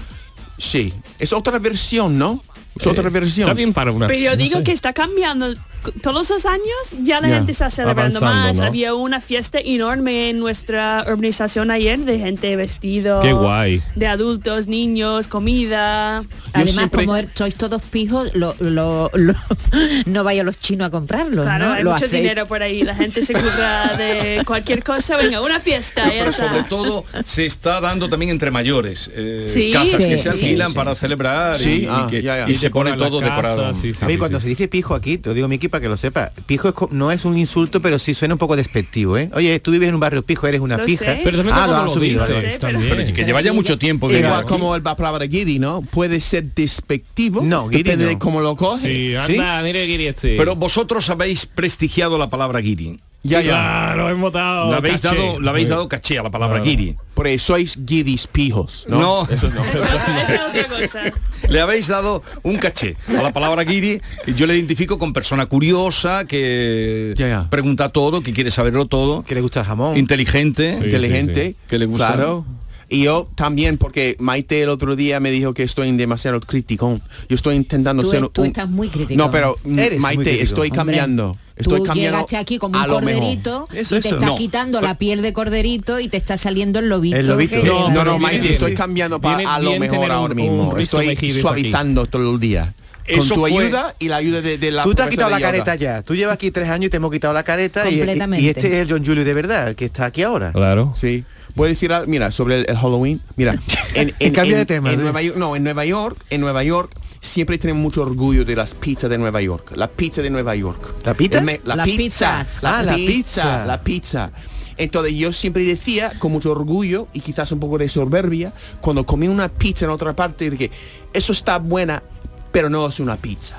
Speaker 12: Sí, es otra versión, ¿no? Es eh, otra versión.
Speaker 14: Está bien para una.
Speaker 28: Pero yo digo no sé. que está cambiando. Todos los años ya la yeah, gente está celebrando más. ¿no? Había una fiesta enorme en nuestra urbanización ayer de gente vestido.
Speaker 14: Qué guay.
Speaker 28: De adultos, niños, comida.
Speaker 29: Además, siempre... como sois todos pijos, lo, lo, lo, no vaya los chinos a comprarlos.
Speaker 28: Claro,
Speaker 29: ¿no?
Speaker 28: hay
Speaker 29: lo
Speaker 28: mucho hacéis. dinero por ahí. La gente se curra de cualquier cosa. Venga, una fiesta.
Speaker 11: Pero
Speaker 28: está.
Speaker 11: sobre todo se está dando también entre mayores. Eh, ¿Sí? Casas sí, que se alquilan sí, para celebrar y, ah, y, que, ya, ya. y se pone todo casa, decorado.
Speaker 23: a mí cuando se dice pijo aquí, te lo digo Miki para que lo sepa, pijo es no es un insulto, pero sí suena un poco despectivo. ¿eh? Oye, tú vives en un barrio pijo, eres una
Speaker 28: lo
Speaker 23: pija.
Speaker 28: Sé.
Speaker 23: Pero
Speaker 28: también
Speaker 23: ah, lo han subido.
Speaker 11: Lo sé, pero... Pero que lleva ya mucho tiempo.
Speaker 12: Igual como el, la palabra guiri, ¿no? Puede ser despectivo.
Speaker 23: No, guiri
Speaker 12: Depende
Speaker 23: no.
Speaker 12: de cómo lo coges.
Speaker 14: Sí, anda, ¿Sí? mire guiri este.
Speaker 11: Pero vosotros habéis prestigiado la palabra guiri.
Speaker 12: Ya, ya. Ah,
Speaker 14: lo hemos dado.
Speaker 11: La habéis, caché. dado, la habéis dado caché a la palabra claro. guiri.
Speaker 12: Por eso sois guiris pijos.
Speaker 11: No,
Speaker 28: no. eso no. Eso, eso es otra cosa.
Speaker 11: Le habéis dado un caché a la palabra guiri. Y yo le identifico con persona curiosa, que ya, ya. pregunta todo, que quiere saberlo todo.
Speaker 23: Que le gusta el jamón.
Speaker 11: Inteligente.
Speaker 12: Sí, inteligente. Sí, sí.
Speaker 11: Que le gusta.
Speaker 12: Claro. Y yo también, porque Maite el otro día me dijo que estoy demasiado criticón. Yo estoy intentando
Speaker 29: tú,
Speaker 12: ser
Speaker 29: Tú estás muy criticón.
Speaker 12: No, pero Eres Maite, estoy cambiando. Hombre. Estoy
Speaker 29: tú
Speaker 12: cambiando
Speaker 29: aquí como un corderito eso, y te está no. quitando la piel de corderito y te está saliendo el lobito.
Speaker 23: El lobito.
Speaker 12: Que no, no, no, Maite, sí. estoy cambiando para Viene a lo mejor ahora mismo. estoy suavizando aquí. todo el día. Eso con tu fue... ayuda y la ayuda de, de la
Speaker 23: Tú te has quitado la yoga. careta ya. Tú llevas aquí tres años y te hemos quitado la careta y, y, este es el John Julio de verdad, el que está aquí ahora.
Speaker 14: Claro.
Speaker 12: Sí. Voy a decir, mira, sobre el, el Halloween, mira, en, en,
Speaker 23: cambio
Speaker 12: en,
Speaker 23: de tema,
Speaker 12: en ¿sí? Nueva York, no, en Nueva York, en Nueva York siempre tenemos mucho orgullo de las pizzas de Nueva York. La pizza de Nueva York.
Speaker 23: ¿La pizza? Me,
Speaker 12: la las pizza. Pizzas. La, ah, la pizza, pizza, La pizza. Entonces yo siempre decía con mucho orgullo y quizás un poco de soberbia, cuando comí una pizza en otra parte, que eso está buena, pero no es una pizza.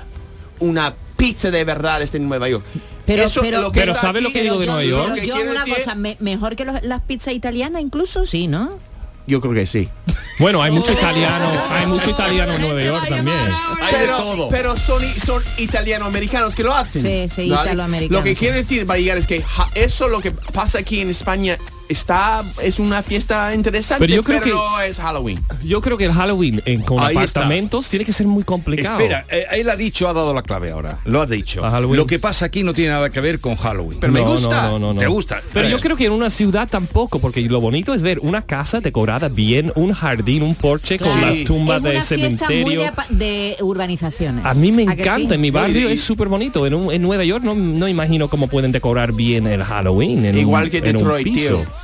Speaker 12: Una pizza de verdad es en Nueva York.
Speaker 29: Pero, Eso, pero,
Speaker 14: lo que pero ¿sabes lo que digo de Nueva York?
Speaker 29: Pero yo una decir? cosa, me, mejor que los, las pizzas italianas incluso, sí, ¿no?
Speaker 12: Yo creo que sí.
Speaker 14: Bueno, hay mucho italiano, hay mucho italiano en Nueva York también.
Speaker 12: Hay pero, de todo. pero son, son italiano-americanos que lo hacen.
Speaker 29: Sí, sí, ¿vale?
Speaker 12: Lo que quiere decir va a llegar es que ja, eso lo que pasa aquí en España está es una fiesta interesante pero yo creo pero que no es Halloween
Speaker 14: yo creo que el Halloween en, con Ahí apartamentos está. tiene que ser muy complicado
Speaker 11: espera eh, él ha dicho ha dado la clave ahora lo ha dicho lo que pasa aquí no tiene nada que ver con Halloween
Speaker 12: pero no, me gusta
Speaker 11: no, no, no, te gusta
Speaker 14: pero yo creo que en una ciudad tampoco porque lo bonito es ver una casa decorada bien un jardín un porche claro. con las sí. tumbas del cementerio
Speaker 29: muy de, de, urbanizaciones
Speaker 14: a mí me ¿A encanta sí? en mi barrio sí, es súper bonito en, un, en, Nueva York no, imagino cómo pueden decorar bien el Halloween en
Speaker 12: igual
Speaker 14: un,
Speaker 12: que Detroit tío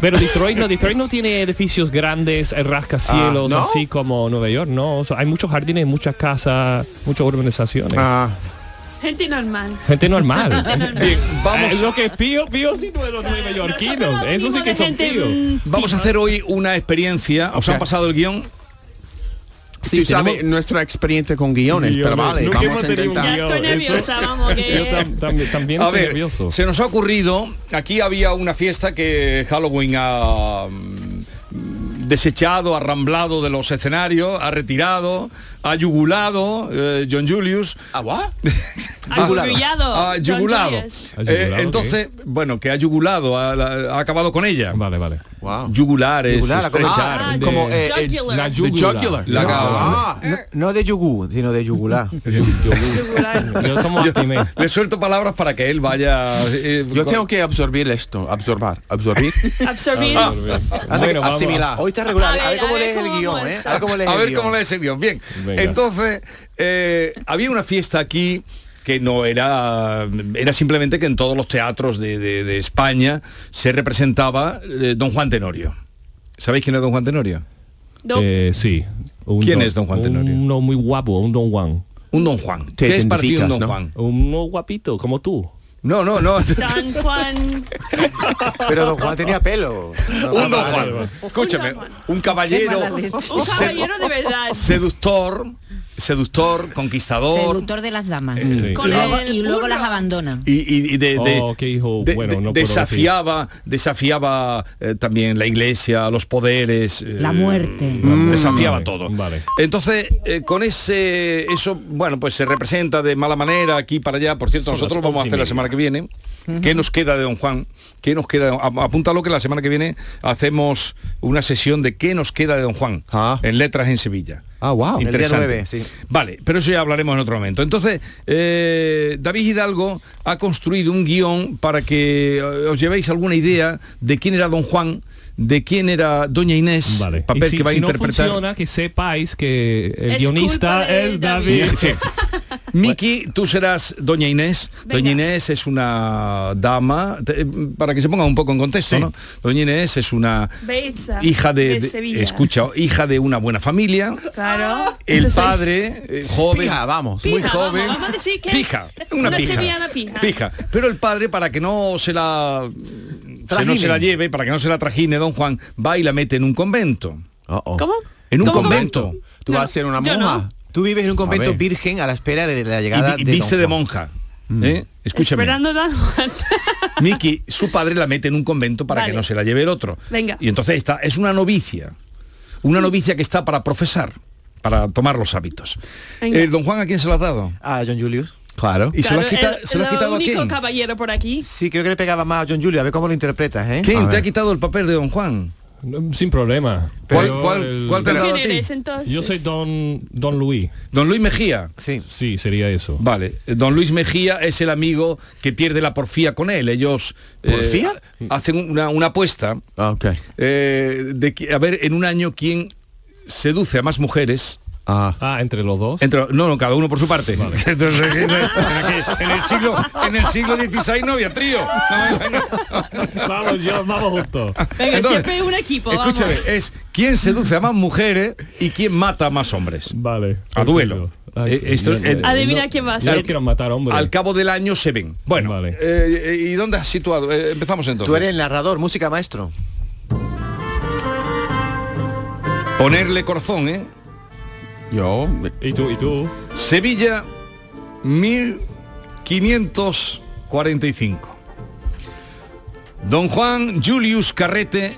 Speaker 14: pero Detroit no, Detroit no tiene edificios grandes, rascacielos, ah, ¿no? así como Nueva York, no. O sea, hay muchos jardines, muchas casas, muchas urbanizaciones.
Speaker 12: Ah.
Speaker 28: Gente normal.
Speaker 14: Gente normal. normal.
Speaker 11: Bien, vamos.
Speaker 14: Eh, lo que es pío, pío sí no de los claro, neoyorquinos. Eso sí que son píos.
Speaker 11: Vamos a hacer hoy una experiencia. ¿Os okay. han pasado el guión?
Speaker 12: Sí, tú sabes nuestra experiencia con guiones, guiones. pero vale,
Speaker 28: Nunca vamos a intentar. Ya estoy nerviosa, vamos.
Speaker 14: Yo
Speaker 11: Eh,
Speaker 14: tam, tam, también a ver, nervioso.
Speaker 11: Se nos ha ocurrido, aquí había una fiesta que Halloween ha mm, desechado, arramblado de los escenarios, ha retirado, ha yugulado eh, John Julius.
Speaker 12: ¿A
Speaker 11: Ah,
Speaker 12: ¿Ah, what?
Speaker 28: ha yugulado.
Speaker 11: Ha yugulado. Eh, entonces, ¿qué? bueno, que ha yugulado, ha, ha, acabado con ella.
Speaker 14: Vale, vale.
Speaker 11: Wow.
Speaker 28: Ah,
Speaker 11: Yugular es
Speaker 12: yugular,
Speaker 11: estrechar.
Speaker 12: Ah, como eh,
Speaker 28: jugular.
Speaker 12: la yugular.
Speaker 11: La
Speaker 12: no,
Speaker 23: ah,
Speaker 28: eh.
Speaker 23: no, no, de yugu, sino de yugular.
Speaker 14: Yo como
Speaker 11: Yo, le suelto palabras para que él vaya. eh,
Speaker 12: Yo tengo que absorbir esto, absorbar, absorbir.
Speaker 28: Absorbir. Ah, absorbir.
Speaker 12: Bueno, asimilar.
Speaker 23: Hoy está regular. A ver, a ver cómo lees el guión, ¿eh? A ver cómo lees el guión. A ver
Speaker 11: cómo lees el guión. Bien. Venga. Entonces, eh, había una fiesta aquí que no era, era simplemente que en todos los teatros de, de, de España se representaba eh, Don Juan Tenorio. ¿Sabéis quién es Don Juan Tenorio?
Speaker 28: No.
Speaker 14: Eh, sí.
Speaker 11: Un ¿Quién don, es Don Juan Tenorio?
Speaker 14: Uno muy guapo, un Don Juan.
Speaker 11: Un Don Juan. ¿Qué es para ti un Don ¿no? Juan?
Speaker 14: Uno guapito, como tú.
Speaker 11: No, no, no.
Speaker 28: Don Juan.
Speaker 23: Pero Don Juan tenía pelo.
Speaker 11: un Don Juan. Escúchame, un caballero.
Speaker 28: Un caballero de verdad.
Speaker 11: Seductor. Seductor, conquistador.
Speaker 29: Seductor de las damas. Sí. Y, luego, y luego las abandona.
Speaker 11: Y, y, y de, de,
Speaker 14: Oh, qué hijo
Speaker 11: de-
Speaker 14: bueno,
Speaker 11: de-
Speaker 14: no puedo
Speaker 11: desafiaba, desafiaba eh, también la iglesia, los poderes. eh,
Speaker 29: La muerte.
Speaker 11: Mm. Desafiaba
Speaker 14: Vale,
Speaker 11: todo. Entonces, eh, con ese eso, bueno, pues se representa de mala manera aquí para allá. Por cierto,
Speaker 14: Son
Speaker 11: nosotros
Speaker 14: las
Speaker 11: vamos a
Speaker 14: once y
Speaker 11: hacer la
Speaker 14: media.
Speaker 11: semana que viene.
Speaker 14: Ujú.
Speaker 11: ¿Qué nos queda de Don Juan? ¿Qué nos queda? A- Apúntalo que la semana que viene hacemos una sesión de qué nos queda de Don Juan en Letras en Sevilla.
Speaker 12: Ah, wow.
Speaker 23: El día
Speaker 11: Interesante.
Speaker 23: 9, sí.
Speaker 11: Vale, pero eso ya hablaremos en otro momento. Entonces, eh, David Hidalgo ha construido un guión para que eh, os llevéis alguna idea de quién era Don Juan, de quién era Doña Inés,
Speaker 14: Vale.
Speaker 11: papel
Speaker 14: Y si-
Speaker 11: que va a
Speaker 14: si no
Speaker 11: interpretar.
Speaker 14: funciona, que sepáis que el
Speaker 11: Es
Speaker 14: guionista
Speaker 11: culpa de
Speaker 14: es
Speaker 11: David.
Speaker 14: David.
Speaker 11: Sí. Miki, tú serás Doña Inés. Doña Inés es una dama, te- eh, para que se ponga un poco en contexto, ¿no? Doña Inés es una
Speaker 28: Besa.
Speaker 11: hija de, de-
Speaker 28: Sevilla.
Speaker 11: escucha, hija de una buena familia.
Speaker 28: Claro.
Speaker 11: El
Speaker 28: Eso soy.
Speaker 11: padre, eh, joven,
Speaker 12: Pija, vamos.
Speaker 11: muy
Speaker 28: Pija,
Speaker 11: joven.
Speaker 28: Vamos, vamos a decir que es
Speaker 11: Pija, una, pija.
Speaker 28: sevillana pija.
Speaker 11: Pija. Pero el padre, para que no se la que no
Speaker 28: Trajine.
Speaker 11: se la lleve, para que no se la trajine, don Juan, va y la mete en un convento.
Speaker 28: ¿Cómo?
Speaker 11: En un
Speaker 28: ¿Cómo, cómo?
Speaker 11: convento.
Speaker 12: Tú vas a ser una
Speaker 11: yo
Speaker 12: monja.
Speaker 11: no.
Speaker 23: Tú vives en un convento
Speaker 11: ver.
Speaker 23: virgen a la espera de la llegada
Speaker 11: Y- y
Speaker 23: de
Speaker 11: viste
Speaker 23: Don
Speaker 11: de
Speaker 23: Juan. Mm.
Speaker 11: monja. ¿eh? Escúchame.
Speaker 28: Esperando Don Juan.
Speaker 11: Miki, su padre la mete en un convento para
Speaker 28: Vale.
Speaker 11: que no se la lleve el otro.
Speaker 28: Venga.
Speaker 11: Y entonces está, es una novicia. Una novicia que está para profesar, para tomar los hábitos.
Speaker 28: Venga.
Speaker 11: Eh, don Juan, ¿a quién se lo has dado?
Speaker 23: A Ah, John Julius.
Speaker 11: Claro. ¿Y se lo has,
Speaker 28: Claro,
Speaker 11: quita-
Speaker 28: el-
Speaker 11: se lo has
Speaker 28: el
Speaker 11: quitado a
Speaker 28: único
Speaker 11: quién?
Speaker 28: caballero por aquí.
Speaker 23: Sí, creo que le pegaba más a John Julius. A ver cómo lo interpretas, ¿eh?
Speaker 11: ¿Quién
Speaker 23: A
Speaker 11: te ha
Speaker 23: ver.
Speaker 11: quitado el papel de don Juan?
Speaker 14: Sin problema.
Speaker 11: ¿Cuál-
Speaker 14: Pero
Speaker 11: cuál-
Speaker 14: el-
Speaker 11: cuál te ha dado a ti?
Speaker 14: Yo soy Don Don Luis.
Speaker 11: Don Luis Mejía.
Speaker 23: Sí.
Speaker 14: Sí, sería eso.
Speaker 11: Vale, eh, don Luis Mejía es el amigo que pierde la porfía con él. Ellos eh,
Speaker 12: ¿Porfía?
Speaker 11: hacen una, una apuesta
Speaker 12: Ah,
Speaker 11: eh, de que- a ver en un año quién seduce a más mujeres.
Speaker 12: Ah.
Speaker 14: entre los dos.
Speaker 11: Entre, no, no, cada uno por su parte. Entonces, en el- en el siglo en el siglo XVI no había trío.
Speaker 14: vamos, yo, vamos juntos.
Speaker 28: Venga,
Speaker 11: Entonces,
Speaker 28: siempre hay un equipo. vamos.
Speaker 11: Escúchame, es quién seduce a más mujeres y quién mata a más hombres.
Speaker 14: Vale.
Speaker 11: A duelo. Eh, esto- eh,
Speaker 28: Adivina
Speaker 11: no-
Speaker 28: quién va a
Speaker 11: al-
Speaker 28: ser.
Speaker 14: matar
Speaker 11: Al cabo del año se ven. Bueno, eh, eh, ¿y dónde has situado? Eh, empezamos entonces.
Speaker 23: Tú eres el narrador, música maestro.
Speaker 11: Ponerle corazón, ¿eh?
Speaker 12: Yo.
Speaker 14: ¿Y tú? ¿Y tú?
Speaker 11: Sevilla, 1545. Don Juan Julius Carrete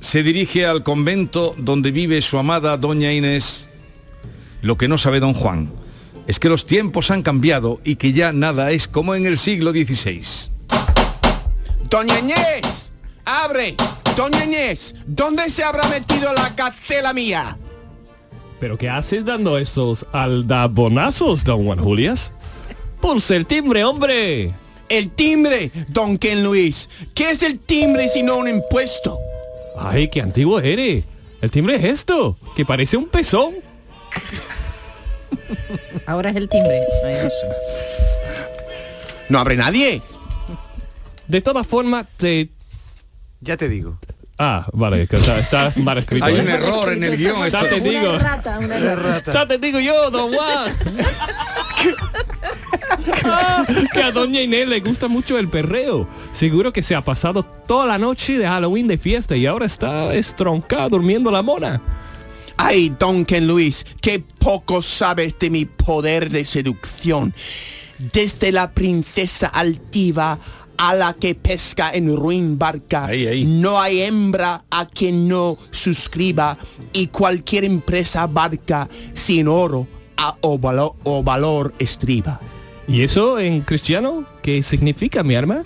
Speaker 11: se dirige al convento donde vive su amada doña Inés. Lo que no sabe don Juan es que los tiempos han cambiado y que ya nada es como en el siglo XVI.
Speaker 12: Doña Inés, abre. Doña Inés, ¿dónde se habrá metido la gacela mía?
Speaker 14: ¿Pero qué haces dando esos aldabonazos, don Juan Julias? Pulsa el timbre, hombre.
Speaker 12: El timbre, don Ken Luis. ¿Qué es el timbre sino un impuesto?
Speaker 14: Ay, qué antiguo eres. El timbre es esto, que parece un pezón.
Speaker 29: Ahora es el timbre. Ay, Dios.
Speaker 12: No abre nadie.
Speaker 14: De todas formas, te...
Speaker 23: Ya te digo.
Speaker 14: Ah, vale, que está, está mal escrito.
Speaker 11: Hay
Speaker 14: ¿eh?
Speaker 11: un error en el guión.
Speaker 14: Ya te digo. Ya te digo yo, don Juan. que a doña Inés le gusta mucho el perreo. Seguro que se ha pasado toda la noche de Halloween de fiesta y ahora está estroncada durmiendo la mona.
Speaker 12: Ay, don Ken Luis, qué poco sabes de mi poder de seducción. Desde la princesa altiva a la que pesca en ruin barca, no hay hembra a quien no suscriba y cualquier empresa barca sin oro a- o, valo- o valor estriba.
Speaker 14: ¿Y eso en cristiano qué significa, mi arma?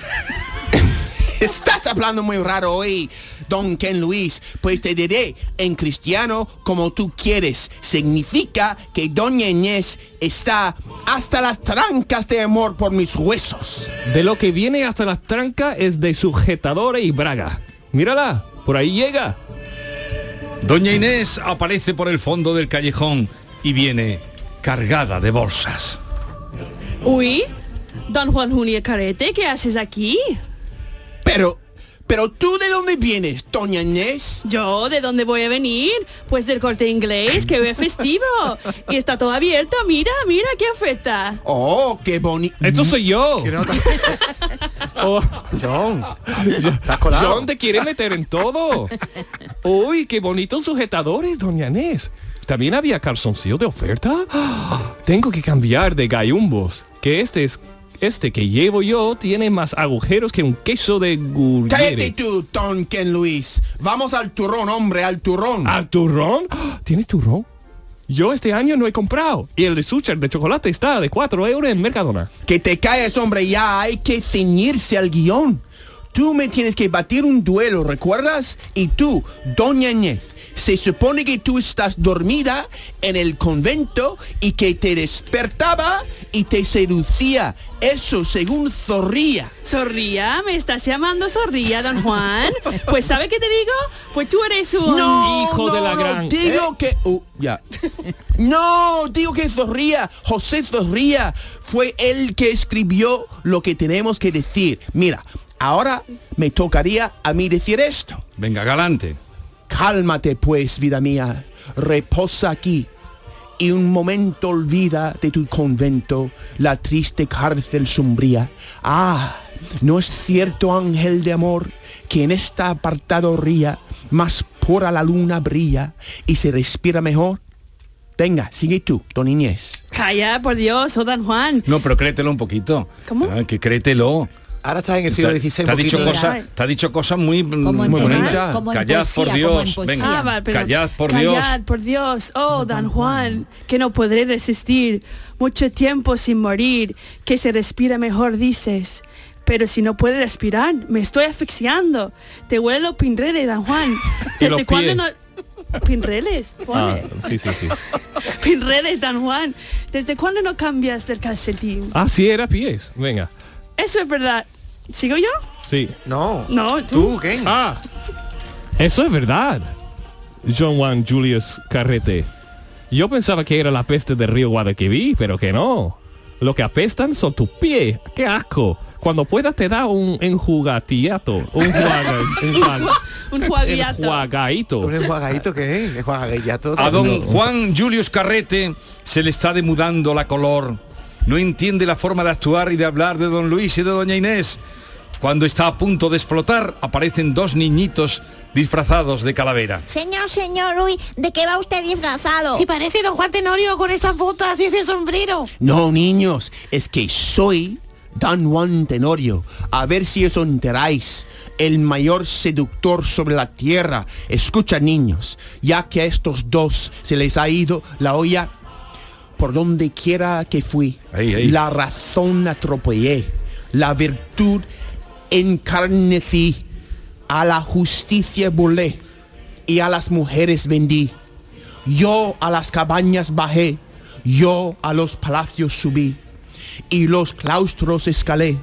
Speaker 12: Estás hablando muy raro hoy, don Ken Luis. Pues te diré, en cristiano, como tú quieres, significa que doña Inés está hasta las trancas de amor por mis huesos.
Speaker 14: De lo que viene hasta las trancas es de sujetadores y braga. Mírala, por ahí llega.
Speaker 11: Doña Inés aparece por el fondo del callejón y viene cargada de bolsas.
Speaker 28: Uy, don Juan Julia Carete, ¿qué haces aquí?
Speaker 12: Pero, Pero tú de dónde vienes, Doña Inés?
Speaker 28: Yo, ¿de dónde voy a venir? Pues del corte inglés, que hoy es festivo. y está todo abierto, mira, mira qué oferta.
Speaker 12: Oh, qué bonito.
Speaker 14: Esto soy yo.
Speaker 23: oh. John. ¿Estás colado?
Speaker 14: John te quiere meter en todo. Uy, qué bonitos sujetadores, Doña Inés. También había calzoncillo de oferta. Tengo que cambiar de gallumbos, que este es este que llevo yo tiene más agujeros que un queso de gurguere.
Speaker 12: Cállate tú, Tonken Luis. Vamos al turrón, hombre, al turrón.
Speaker 14: ¿Al turrón? ¿Tienes turrón? Yo este año no he comprado. Y el de Sucher de chocolate está de 4 euros en Mercadona.
Speaker 12: Que te calles, hombre, ya hay que ceñirse al guión. Tú me tienes que batir un duelo, ¿recuerdas? Y tú, Doña Ñez, se supone que tú estás dormida en el convento y que te despertaba y te seducía. Eso según Zorría.
Speaker 28: ¿Zorría? ¿Me estás llamando Zorría, don Juan? Pues ¿sabe qué te digo? Pues tú eres un
Speaker 12: no,
Speaker 14: hijo
Speaker 12: no,
Speaker 14: de la
Speaker 12: no,
Speaker 14: gran... ¿Eh?
Speaker 12: Digo que... Uh, ya. no, digo que Zorría, José Zorría, fue el que escribió lo que tenemos que decir. Mira, ahora me tocaría a mí decir esto.
Speaker 11: Venga, galante.
Speaker 12: Cálmate pues, vida mía, reposa aquí y un momento olvida de tu convento la triste cárcel sombría. Ah, no es cierto ángel de amor que en esta apartado ría, más pura la luna brilla y se respira mejor. Venga, sigue tú, don Inés.
Speaker 28: Calla, por Dios, oh don Juan.
Speaker 11: No, pero créetelo un poquito.
Speaker 28: ¿Cómo?
Speaker 11: Ah, que créetelo
Speaker 23: ahora estás en el siglo XVI.
Speaker 11: Te ha dicho cosas, te ha dicho cosas muy, muy bonitas. Callad poesía, por Dios, venga, ah, vale, callad por
Speaker 28: callad,
Speaker 11: Dios.
Speaker 28: por Dios, oh Dan Juan, que no podré resistir mucho tiempo sin morir, que se respira mejor dices. Pero si no puede respirar, me estoy asfixiando. Te huelo pinrere, Dan Juan. ¿Desde cuándo no, Pinreles,
Speaker 14: ah, sí, sí, sí.
Speaker 28: Pinreles, Dan Juan. ¿Desde cuándo no cambias del calcetín?
Speaker 14: Ah, sí, era pies. Venga.
Speaker 28: Eso es verdad. ¿Sigo yo?
Speaker 14: Sí.
Speaker 23: No.
Speaker 28: No,
Speaker 23: tú. ¿Tú ¿qué?
Speaker 14: Ah. Eso es verdad. John Juan Julius Carrete. Yo pensaba que era la peste del río Guadalquivir, pero que no. Lo que apestan son tus pies. ¡Qué asco! Cuando puedas te da un enjugatiato. Un juaga,
Speaker 28: un juaga, un juaguiato.
Speaker 14: Enjuagaito.
Speaker 23: ¿Un enjuagaito qué es? Enjuagaito.
Speaker 11: A don Juan Julius Carrete se le está demudando la color no entiende la forma de actuar y de hablar de don Luis y de doña Inés. Cuando está a punto de explotar, aparecen dos niñitos disfrazados de calavera.
Speaker 31: Señor, señor Luis, ¿de qué va usted disfrazado?
Speaker 32: Si parece don Juan Tenorio con esas botas y ese sombrero.
Speaker 12: No, niños, es que soy Don Juan Tenorio. A ver si os enteráis. El mayor seductor sobre la tierra. Escucha, niños, ya que a estos dos se les ha ido la olla por donde quiera que fui.
Speaker 11: Ahí, ahí.
Speaker 12: La razón atropellé, la virtud encarnecí, a la justicia volé y a las mujeres vendí. Yo a las cabañas bajé, yo a los palacios subí y los claustros escalé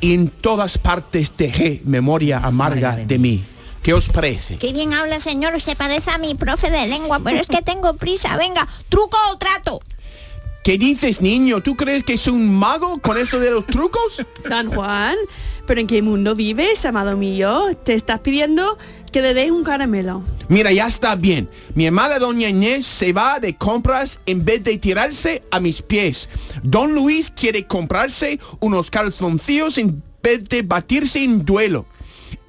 Speaker 12: y en todas partes dejé memoria amarga Marga de, de mí. mí. ¿Qué os parece?
Speaker 31: Qué bien habla, señor. Se parece a mi profe de lengua, pero es que tengo prisa. Venga, truco o trato.
Speaker 12: ¿Qué dices, niño? ¿Tú crees que soy un mago con eso de los trucos?
Speaker 28: Don Juan, ¿pero en qué mundo vives, amado mío? Te estás pidiendo que le des un caramelo.
Speaker 12: Mira, ya está bien. Mi amada doña Inés se va de compras en vez de tirarse a mis pies. Don Luis quiere comprarse unos calzoncillos en vez de batirse en duelo.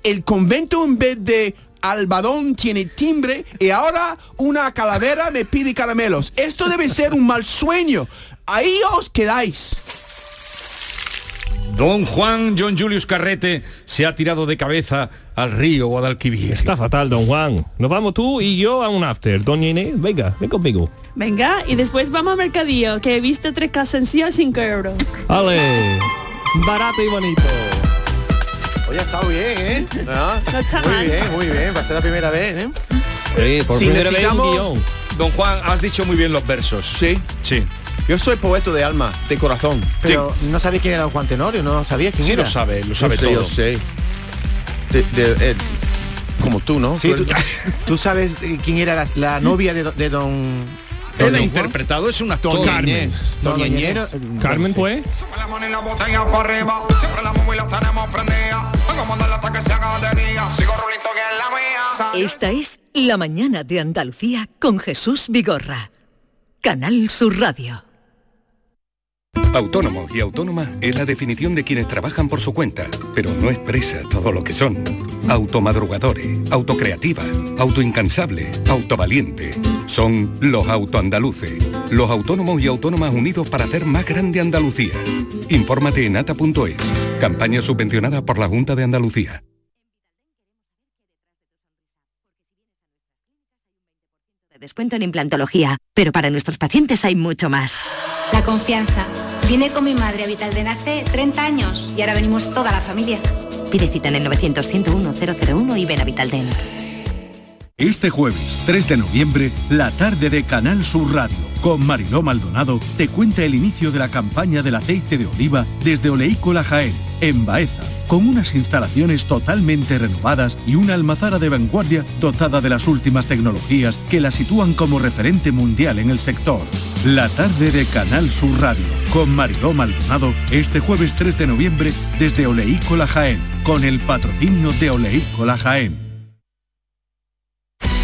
Speaker 12: El convento en vez de Albadón tiene timbre y ahora una calavera me pide caramelos. Esto debe ser un mal sueño. Ahí os quedáis.
Speaker 11: Don Juan John Julius Carrete se ha tirado de cabeza al río Guadalquivir.
Speaker 14: Está fatal, don Juan. Nos vamos tú y yo a un after. Doña Inés, venga, ven conmigo.
Speaker 28: Venga, y después vamos al mercadillo, que he visto tres calzoncillos a 5 euros.
Speaker 14: ¡Ale! Barato y bonito.
Speaker 23: Oye, ha estado bien, ¿eh?
Speaker 28: No, no está
Speaker 23: muy
Speaker 28: mal.
Speaker 23: bien, muy bien. Va a ser la primera vez, ¿eh?
Speaker 14: Sí, por
Speaker 11: Si
Speaker 14: primera vez un
Speaker 11: necesitamos-
Speaker 14: guión.
Speaker 11: Don Juan, has dicho muy bien los versos.
Speaker 12: Sí.
Speaker 11: Sí.
Speaker 12: Yo soy poeta de alma, de corazón.
Speaker 23: Pero no sabía quién era don Juan Tenorio, no sabía quién
Speaker 11: Sí
Speaker 23: era.
Speaker 11: lo sabe, lo sabe
Speaker 12: Yo sé,
Speaker 11: todo.
Speaker 12: yo sé. De- de- eh, como tú, ¿no?
Speaker 23: Sí,
Speaker 12: Tú
Speaker 23: tú,
Speaker 12: eres-
Speaker 23: tú sabes eh, quién era la, la novia de, do- de don... don
Speaker 11: Él ha
Speaker 23: Juan.
Speaker 11: interpretado, es un actor.
Speaker 12: Doña Inés.
Speaker 23: No,
Speaker 12: Doña
Speaker 23: doña
Speaker 12: Inés.
Speaker 23: Inés, eh, bueno,
Speaker 14: Carmen
Speaker 23: sí.
Speaker 14: fue.
Speaker 33: Sube la mano y la botella para arriba. Siempre la móvil la tenemos prendida. Vamos a darle hasta que se haga de día.
Speaker 9: Esta es La Mañana de Andalucía con Jesús Vigorra. Canal Sur Radio.
Speaker 5: Autónomo y autónoma es la definición de quienes trabajan por su cuenta, pero no expresa todo lo que son. Automadrugadores, autocreativa, autoincansable, autovaliente. Son los autoandaluces, los autónomos y autónomas unidos para hacer más grande Andalucía. Infórmate en ata.es, campaña subvencionada por la Junta de Andalucía.
Speaker 6: descuento en implantología, pero para nuestros pacientes hay mucho más.
Speaker 7: La confianza. Vine con mi madre a Vital de Nace 30 años y ahora venimos toda la familia.
Speaker 6: Pide cita en el 900-101-001 y ven a Vitaldent.
Speaker 3: Este jueves 3 de noviembre, la tarde de Canal Sur Radio con Mariló Maldonado te cuenta el inicio de la campaña del aceite de oliva desde Oleícola Jaén, en Baeza, con unas instalaciones totalmente renovadas y una almazara de vanguardia dotada de las últimas tecnologías que la sitúan como referente mundial en el sector. La tarde de Canal Sur Radio con Mariló Maldonado este jueves 3 de noviembre desde Oleícola Jaén, con el patrocinio de Oleícola Jaén.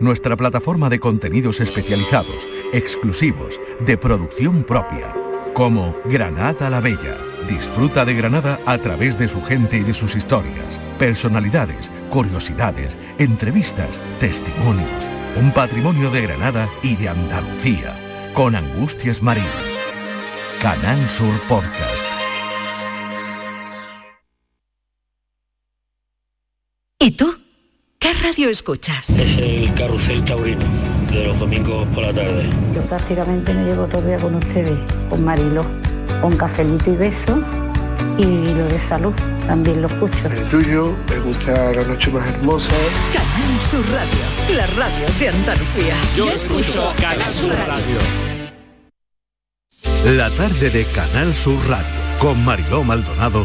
Speaker 3: nuestra plataforma de contenidos especializados, exclusivos, de producción propia, como Granada la Bella. Disfruta de Granada a través de su gente y de sus historias, personalidades, curiosidades, entrevistas, testimonios, un patrimonio de Granada y de Andalucía, con Angustias Marín. Canal Sur Podcast.
Speaker 9: ¿Y tú? ¿Qué radio escuchas?
Speaker 34: Es el Carrusel Taurino, de los domingos por la tarde.
Speaker 4: Yo prácticamente me llevo todo el día con ustedes, con Marilo, con cafelito y beso y lo de salud, también lo escucho.
Speaker 1: El tuyo, me gusta la noche más hermosa.
Speaker 9: Canal Sur Radio, la radio de Andalucía.
Speaker 33: Yo, Yo escucho Canal Sur radio.
Speaker 3: radio. La tarde de Canal Sur Radio con Mariló Maldonado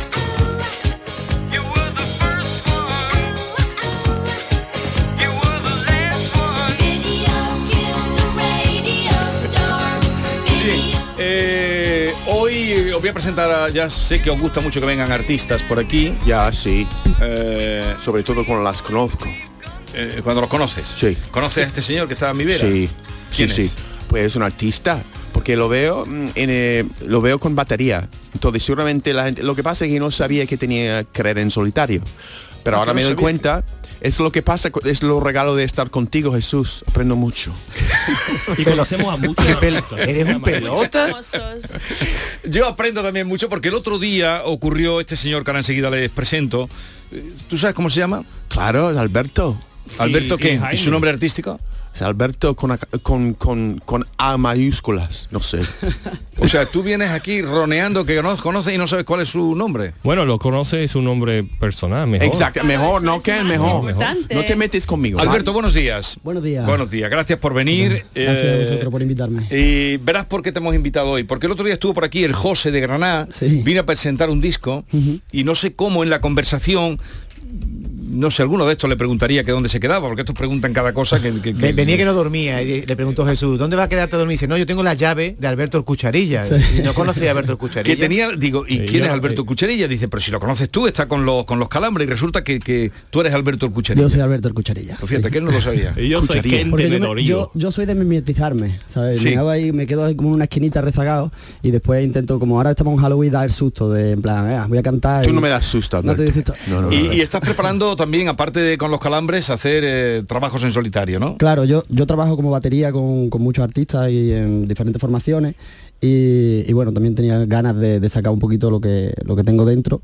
Speaker 11: Eh, hoy os voy a presentar, a- ya sé que os gusta mucho que vengan artistas por aquí.
Speaker 12: Ya, sí. Sobre todo cuando las conozco.
Speaker 11: eh, cuando los conoces.
Speaker 12: Sí.
Speaker 11: ¿Conoces a este señor que estaba en mi vera?
Speaker 12: Sí, sí,
Speaker 11: ¿Quién es?
Speaker 12: sí. Pues es un artista, porque lo veo mm, en, eh, lo veo con batería. Entonces seguramente la gente, lo que pasa es que no sabía que tenía carrera en solitario. Pero
Speaker 11: Ah,
Speaker 12: ahora
Speaker 11: que no
Speaker 12: me doy
Speaker 11: sabía.
Speaker 12: cuenta, es lo que pasa, co- es lo regalo de estar contigo, Jesús. Aprendo mucho.
Speaker 11: Y conocemos a muchos
Speaker 23: Qué pel- artistas. eres un pelota.
Speaker 11: Yo aprendo también mucho porque el otro día ocurrió este señor que ahora enseguida les presento. Eh, ¿Tú sabes cómo se llama?
Speaker 12: Claro, es Alberto.
Speaker 11: ¿Alberto qué? ¿Y su nombre artístico?
Speaker 12: Es Alberto con, ac- con, con, con A mayúsculas, no sé.
Speaker 11: O sea, tú vienes aquí roneando que no conoces y no sabes cuál es su nombre.
Speaker 14: Bueno, lo conoce su nombre personal, mejor. Ah,
Speaker 12: Exacto, mejor, no que mejor. No te metes conmigo.
Speaker 11: Alberto, buenos días.
Speaker 35: Buenos días.
Speaker 11: Buenos días, gracias por venir.
Speaker 35: Gracias a
Speaker 11: Eh,
Speaker 35: vosotros por invitarme.
Speaker 11: Y verás por qué te hemos invitado hoy. Porque el otro día estuvo por aquí el José de Granada, vino a presentar un disco y no sé cómo en la conversación no sé, alguno de estos le preguntaría que dónde se quedaba, porque estos preguntan cada cosa que... que, que...
Speaker 23: Venía que no dormía y le preguntó Jesús, ¿dónde va a quedarte a dormir? Y dice, no, yo tengo la llave de Alberto el Cucharilla. Sí. Y no conocía a Alberto el Cucharilla. eh,
Speaker 11: Que tenía, digo,
Speaker 23: Sí,
Speaker 11: ¿y quién
Speaker 23: yo
Speaker 11: es
Speaker 23: no-
Speaker 11: Alberto el Cucharilla? Dice, pero si lo conoces tú, está con los, con los calambres y resulta que, que tú eres Alberto el Cucharilla.
Speaker 30: Yo soy Alberto el Cucharilla.
Speaker 11: Pues fíjate, que él no lo sabía.
Speaker 14: Y yo soy
Speaker 11: Cucharilla.
Speaker 14: Ken
Speaker 30: Porque yo, me- yo, yo soy de mimetizarme, ¿sabes?
Speaker 11: Sí.
Speaker 30: Me hago ahí, me quedo ahí como en una esquinita rezagado y después intento, como ahora estamos en Halloween, dar el susto de, en plan, "Ah, voy a cantar.
Speaker 12: Tú
Speaker 30: y-
Speaker 12: no me das susto,
Speaker 30: No te doy susto.
Speaker 12: No, no,
Speaker 11: y,
Speaker 12: no.
Speaker 11: y estás preparando también, aparte de con los calambres, hacer eh, trabajos en solitario, ¿no?
Speaker 30: Claro, yo, yo trabajo como batería con, con muchos artistas y en diferentes formaciones. Y, y bueno, también tenía ganas de, de sacar un poquito lo que, lo que tengo dentro.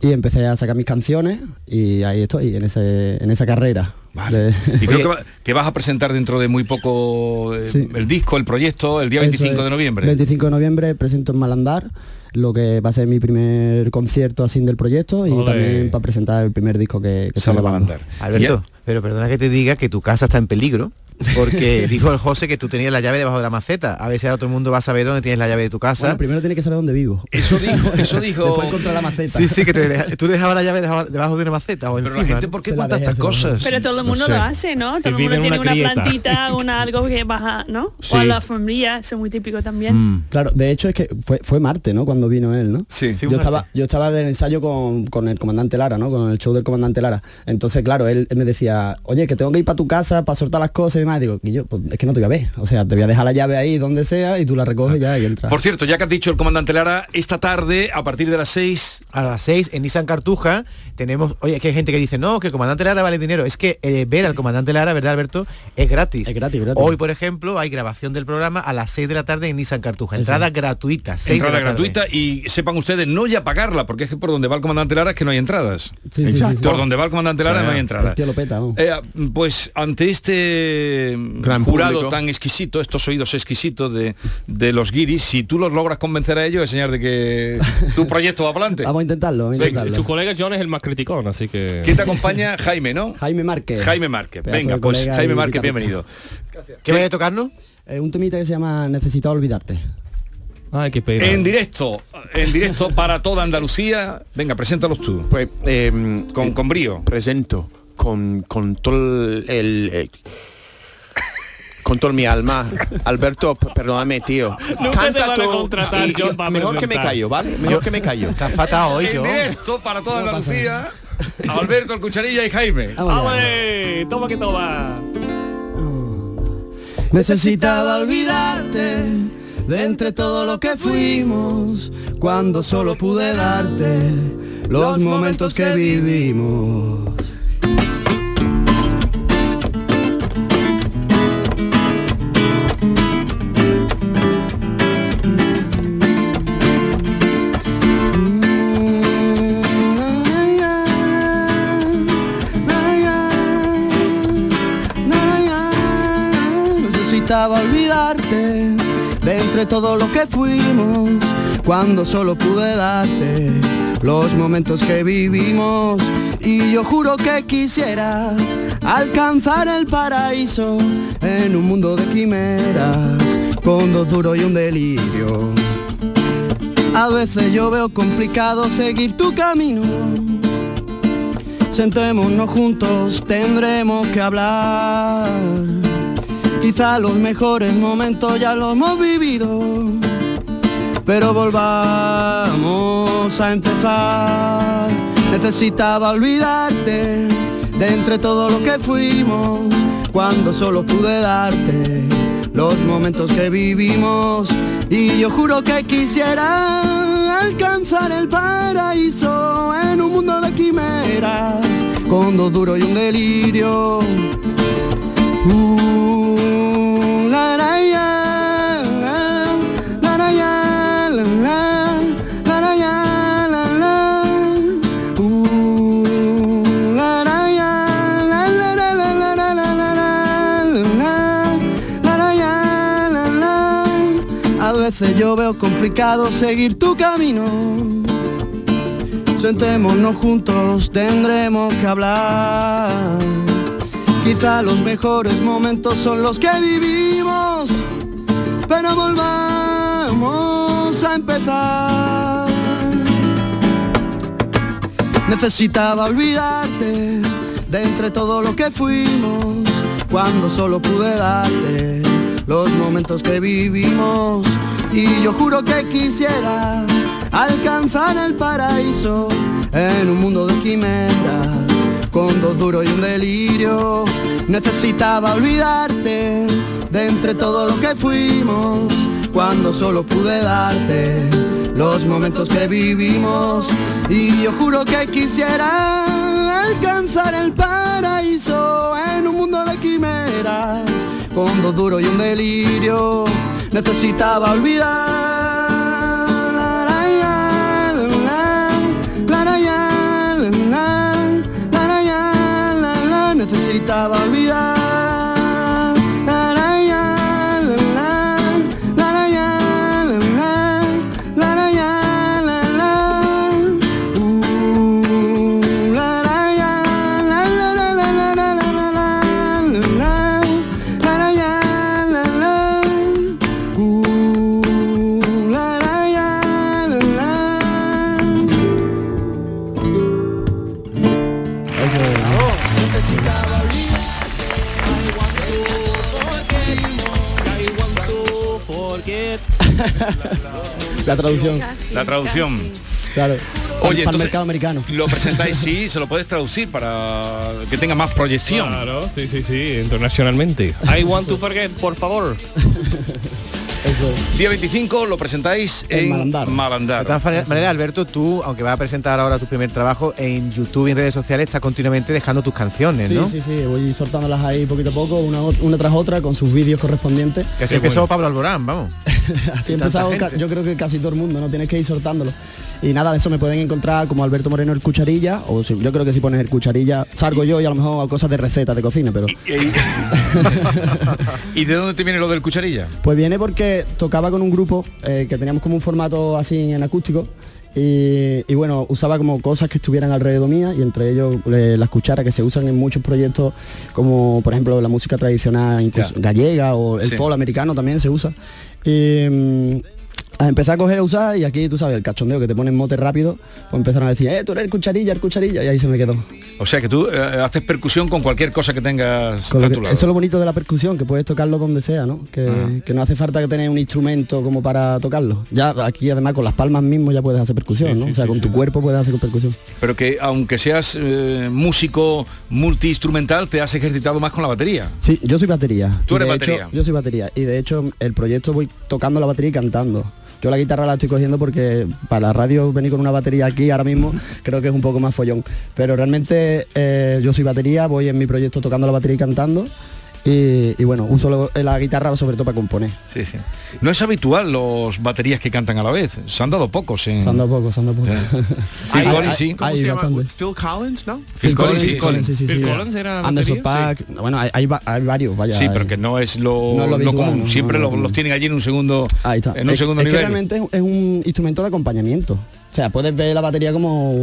Speaker 30: Y empecé a sacar mis canciones y ahí estoy, en, ese, en esa carrera. De-
Speaker 11: Y creo que, va- que vas a presentar dentro de muy poco eh,
Speaker 30: Sí.
Speaker 11: el disco, el proyecto, el día
Speaker 30: Eso
Speaker 11: 25
Speaker 30: es.
Speaker 11: de noviembre.
Speaker 30: 25 de noviembre presento en Malandar, lo que va a ser mi primer concierto así del proyecto y
Speaker 23: Ole.
Speaker 30: también para presentar el primer disco que, que
Speaker 23: Sale
Speaker 30: grabando.
Speaker 23: Alberto, pero perdona que te diga que tu casa está en peligro. Porque dijo el José que tú tenías la llave debajo de la maceta. A ver si ahora todo el mundo va a saber dónde tienes la llave de tu casa.
Speaker 30: Bueno, primero tiene que saber dónde vivo.
Speaker 11: Eso dijo, eso dijo.
Speaker 30: Después encontrar la maceta.
Speaker 23: Sí, sí, que te deja- tú dejabas la llave dejaba- debajo de una maceta o encima. Pero la gente,
Speaker 11: ¿por
Speaker 23: qué cuenta estas cosas?
Speaker 28: Pero todo el mundo lo hace, ¿no?
Speaker 23: Que
Speaker 28: Todo el
Speaker 23: vive
Speaker 28: mundo
Speaker 23: en
Speaker 28: tiene
Speaker 23: una
Speaker 28: una,
Speaker 23: grieta.
Speaker 28: plantita, una algo que baja, ¿no?
Speaker 30: Sí. Mm.
Speaker 28: O a la familia, eso es muy típico también.
Speaker 30: Claro, de hecho es que fue, fue Marte, ¿no? Cuando vino él, ¿no?
Speaker 11: Sí.
Speaker 30: yo estaba, yo estaba del ensayo con, con el comandante Lara, ¿no? Con el show del comandante Lara. Entonces, claro, él, él me decía, oye, que tengo que ir para tu casa para soltar las cosas y demás. Y digo, yo, pues, es que no te voy a ver. O sea, te voy a dejar la llave ahí donde sea y tú la recoges ya y entras.
Speaker 11: Por cierto, ya que has dicho el comandante Lara, esta tarde, a partir de las 6,
Speaker 23: A las 6 en Nissan Cartuja tenemos, oye, que hay gente que dice, no, que el comandante Lara vale dinero. Es que eh, ver al comandante Lara, ¿verdad, Alberto? Es gratis. Es gratis,
Speaker 30: gratis.
Speaker 23: Hoy, por ejemplo, hay grabación del programa a las 6 de la tarde en Nissan Cartuja. Entrada gratuita. 6
Speaker 11: entrada
Speaker 23: de la tarde.
Speaker 11: gratuita y sepan ustedes no ya pagarla, porque es que por donde va el comandante Lara es que no hay entradas.
Speaker 30: Sí, sí, sí, sí.
Speaker 11: Por donde va el comandante Lara no hay entradas.
Speaker 30: Ah, El tío lo peta, vamos.
Speaker 11: Eh, pues ante este
Speaker 30: Gran
Speaker 11: jurado
Speaker 30: público.
Speaker 11: tan exquisito, estos oídos exquisitos de, de los guiris, si tú los logras convencer a ellos, es señal de que tu proyecto va para adelante.
Speaker 30: Vamos a intentarlo,
Speaker 12: Ah,
Speaker 30: vamos a intentarlo.
Speaker 14: eh, Tu colega John es el más criticón, así que...
Speaker 11: ¿Quién te acompaña? Jaime, ¿no?
Speaker 30: Jaime Márquez.
Speaker 11: Jaime Márquez.
Speaker 30: Pedazo
Speaker 11: Venga,
Speaker 30: de
Speaker 11: pues
Speaker 30: colega
Speaker 11: Jaime
Speaker 30: y
Speaker 11: Márquez,
Speaker 30: guitarrista.
Speaker 11: bienvenido.
Speaker 23: ¿Qué vaya a tocarnos?
Speaker 30: Eh, un temita que se llama Necesita olvidarte.
Speaker 14: Ay, qué pena.
Speaker 11: En directo, en directo para toda Andalucía. Venga, preséntalos tú.
Speaker 12: Pues, em,
Speaker 11: con, con brío.
Speaker 12: Presento con, con todo el... eh, con todo mi alma. Alberto, p- perdóname, tío.
Speaker 11: Nunca te van a
Speaker 12: tú
Speaker 11: contratar,
Speaker 12: y- y
Speaker 11: John, para
Speaker 12: Mejor que me
Speaker 11: presentar.
Speaker 12: callo, ¿vale? Mejor que me callo. Está
Speaker 23: fatal
Speaker 11: en directo para toda Andalucía. Alberto, el cucharilla y Jaime.
Speaker 14: ¡Ale! Toma que toma.
Speaker 35: Necesitaba olvidarte de entre todo lo que fuimos, cuando solo pude darte los momentos que vivimos.
Speaker 30: Necesitaba
Speaker 35: olvidarte de entre todo lo que fuimos, cuando solo pude darte los momentos que vivimos. Y yo juro que quisiera alcanzar el paraíso en un mundo de quimeras, con dos duros y un delirio. A veces yo veo complicado seguir tu camino. Sentémonos juntos, tendremos que hablar. Quizá los mejores momentos ya los hemos vivido, pero volvamos a empezar. Necesitaba olvidarte de entre todo lo que fuimos, cuando solo pude darte los momentos que vivimos. Y yo juro que quisiera alcanzar el paraíso en un mundo de quimeras, con dos duros y un delirio. Uh, la, la, ya, la, la, la, ya, la, la, la, la, ya, la, la. Uh, la, la, ya, la, la, la, la, la, la, la, la, la, la, la, la, ya, la, la. A veces yo veo complicado seguir tu camino. Sentémonos juntos, tendremos que hablar. Quizá los mejores momentos son los que vivimos, pero volvamos a empezar. Necesitaba olvidarte de entre todo lo que fuimos, cuando solo pude darte los momentos que vivimos. Y yo juro que quisiera alcanzar el paraíso en un mundo de quimeras, con dos duros y un delirio. Necesitaba olvidarte de entre todo lo que fuimos, cuando solo pude darte los momentos que vivimos. Y yo juro que quisiera alcanzar el paraíso en un mundo de quimeras, con dos duros y un delirio. Necesitaba olvidar. necesitaba olvidar.
Speaker 30: La traducción.
Speaker 11: Casi, la traducción. Casi.
Speaker 30: Claro.
Speaker 11: Oye,
Speaker 30: para el mercado americano.
Speaker 11: Lo presentáis sí, se lo puedes traducir para que tenga más proyección.
Speaker 14: Claro, sí, sí, sí, internacionalmente. I want to forget, por favor.
Speaker 11: Eso. Día 25 lo presentáis en, en Malandar. Malandar.
Speaker 23: De todas maneras, manera, Alberto, tú, aunque vas a presentar ahora tu primer trabajo en YouTube y en redes sociales, estás continuamente dejando tus canciones,
Speaker 30: sí,
Speaker 23: ¿no?
Speaker 30: Sí, sí, voy soltándolas ahí poquito a poco, una, una tras otra, con sus vídeos correspondientes.
Speaker 23: Que así empezó bueno. Pablo Alborán, vamos.
Speaker 30: así empezó, yo creo que casi todo el mundo, ¿no? Tienes que ir soltándolo. Y nada, de eso me pueden encontrar como Alberto Moreno el Cucharilla, o si, yo creo que si pones el Cucharilla, salgo yo y a lo mejor hago cosas de recetas de cocina, pero...
Speaker 11: ¿Y de dónde te viene lo del Cucharilla?
Speaker 30: Pues viene porque tocaba con un grupo eh, que teníamos como un formato así en acústico y, y, bueno, usaba como cosas que estuvieran alrededor mía y entre ellos eh, las cucharas que se usan en muchos proyectos como por ejemplo la música tradicional incluso yeah. gallega o el sí. folk americano también se usa. Y, um, empecé a coger a usar y aquí tú sabes el cachondeo que te ponen mote rápido pues empezaron a decir eh tú eres el cucharilla el cucharilla y ahí se me quedó
Speaker 11: o sea que tú eh, haces percusión con cualquier cosa que tengas a
Speaker 30: tu que, lado. eso es lo bonito de la percusión que puedes tocarlo donde sea no que, ah. que no hace falta que tener un instrumento como para tocarlo ya aquí además con las palmas mismo ya puedes hacer percusión sí, no sí, o sea sí, con tu cuerpo puedes hacer percusión
Speaker 11: pero que aunque seas eh, músico multiinstrumental te has ejercitado más con la batería
Speaker 30: sí yo soy batería
Speaker 11: tú eres
Speaker 30: de
Speaker 11: batería
Speaker 30: hecho, yo soy batería y de hecho el proyecto voy tocando la batería y cantando yo la guitarra la estoy cogiendo porque para la radio venir con una batería aquí ahora mismo creo que es un poco más follón. Pero realmente eh, yo soy batería, voy en mi proyecto tocando la batería y cantando. Y, y, bueno, uso la guitarra sobre todo para componer.
Speaker 11: Sí, sí. No es habitual los baterías que cantan a la vez. Se han dado pocos. En...
Speaker 30: Se han dado pocos, se han dado pocos.
Speaker 11: Phil Collins, sí.
Speaker 12: ¿Cómo se llama? Phil Collins, ¿no?
Speaker 11: Phil, Collins, sí.
Speaker 30: Collins, sí, sí,
Speaker 11: Phil
Speaker 30: sí,
Speaker 11: Collins
Speaker 30: era Anderson Pack. Bueno, hay, hay, hay, varios, vaya. eh.
Speaker 11: Sí, pero que no es lo, no es lo, habitual, lo común. No, Siempre no, lo, los tienen allí en un segundo, Ahí está. En un
Speaker 30: es,
Speaker 11: segundo
Speaker 30: es
Speaker 11: nivel.
Speaker 30: Que realmente es un instrumento de acompañamiento. O sea, puedes ver la batería como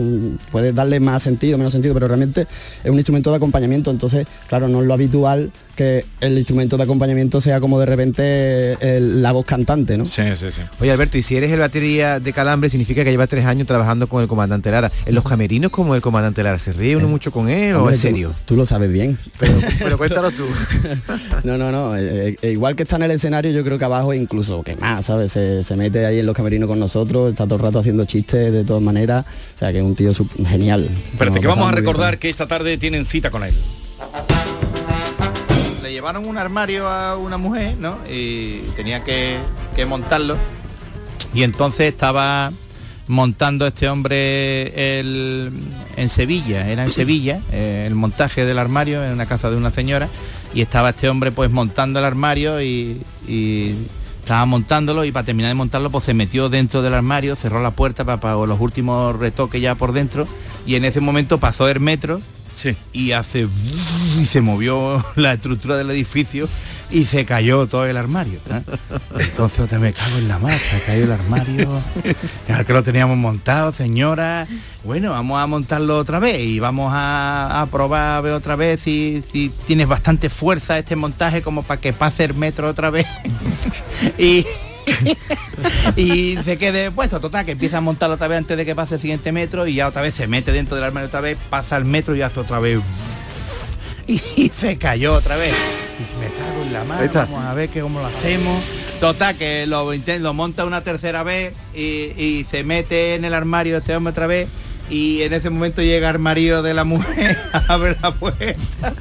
Speaker 30: puedes darle más sentido, menos sentido, pero realmente es un instrumento de acompañamiento, entonces, claro, no es lo habitual que el instrumento de acompañamiento sea como de repente el, la voz cantante, ¿no?
Speaker 11: Sí, sí, sí.
Speaker 23: Oye, Alberto, y si eres el batería de Calambre, significa que llevas tres años trabajando con el comandante Lara. En los camerinos, como el comandante Lara? ¿Se ríe uno es, mucho con él o en serio?
Speaker 30: Tú, tú, lo sabes bien.
Speaker 23: Pero, pero cuéntalo tú.
Speaker 30: no, no, no. Eh, eh, igual que está en el escenario, yo creo que abajo incluso, que más, ¿sabes? Se, se mete ahí en los camerinos con nosotros, está todo el rato haciendo chistes de todas maneras. O sea, que es un tío genial.
Speaker 11: Espérate, que vamos a recordar que esta tarde tienen cita con él.
Speaker 29: Le llevaron un armario a una mujer, ¿no? Y tenía que, que montarlo. Y entonces estaba montando este hombre el, en Sevilla, era en Sevilla, eh, el montaje del armario en una casa de una señora. Y estaba este hombre pues montando el armario y, y estaba montándolo y para terminar de montarlo pues se metió dentro del armario, cerró la puerta para, para, los últimos retoques ya por dentro y en ese momento pasó el metro
Speaker 11: sí.
Speaker 29: y hace y se movió la estructura del edificio y se cayó todo el armario. ¿eh? Entonces otra me cago en la masa, cayó el armario, ya que lo teníamos montado, señora. Bueno, vamos a montarlo otra vez y vamos a, a probar a ver otra vez si, si tienes bastante fuerza este montaje como para que pase el metro otra vez. y, y se quede puesto, total, que empieza a montar otra vez antes de que pase el siguiente metro y ya otra vez se mete dentro del armario otra vez, pasa el metro y hace otra vez y se cayó otra vez. Y me cago en la mano, vamos a ver que cómo lo hacemos. Total, que lo, intent- lo monta una tercera vez y, y se mete en el armario este hombre otra vez. Y en ese momento llega el marido de la mujer, abre la puerta,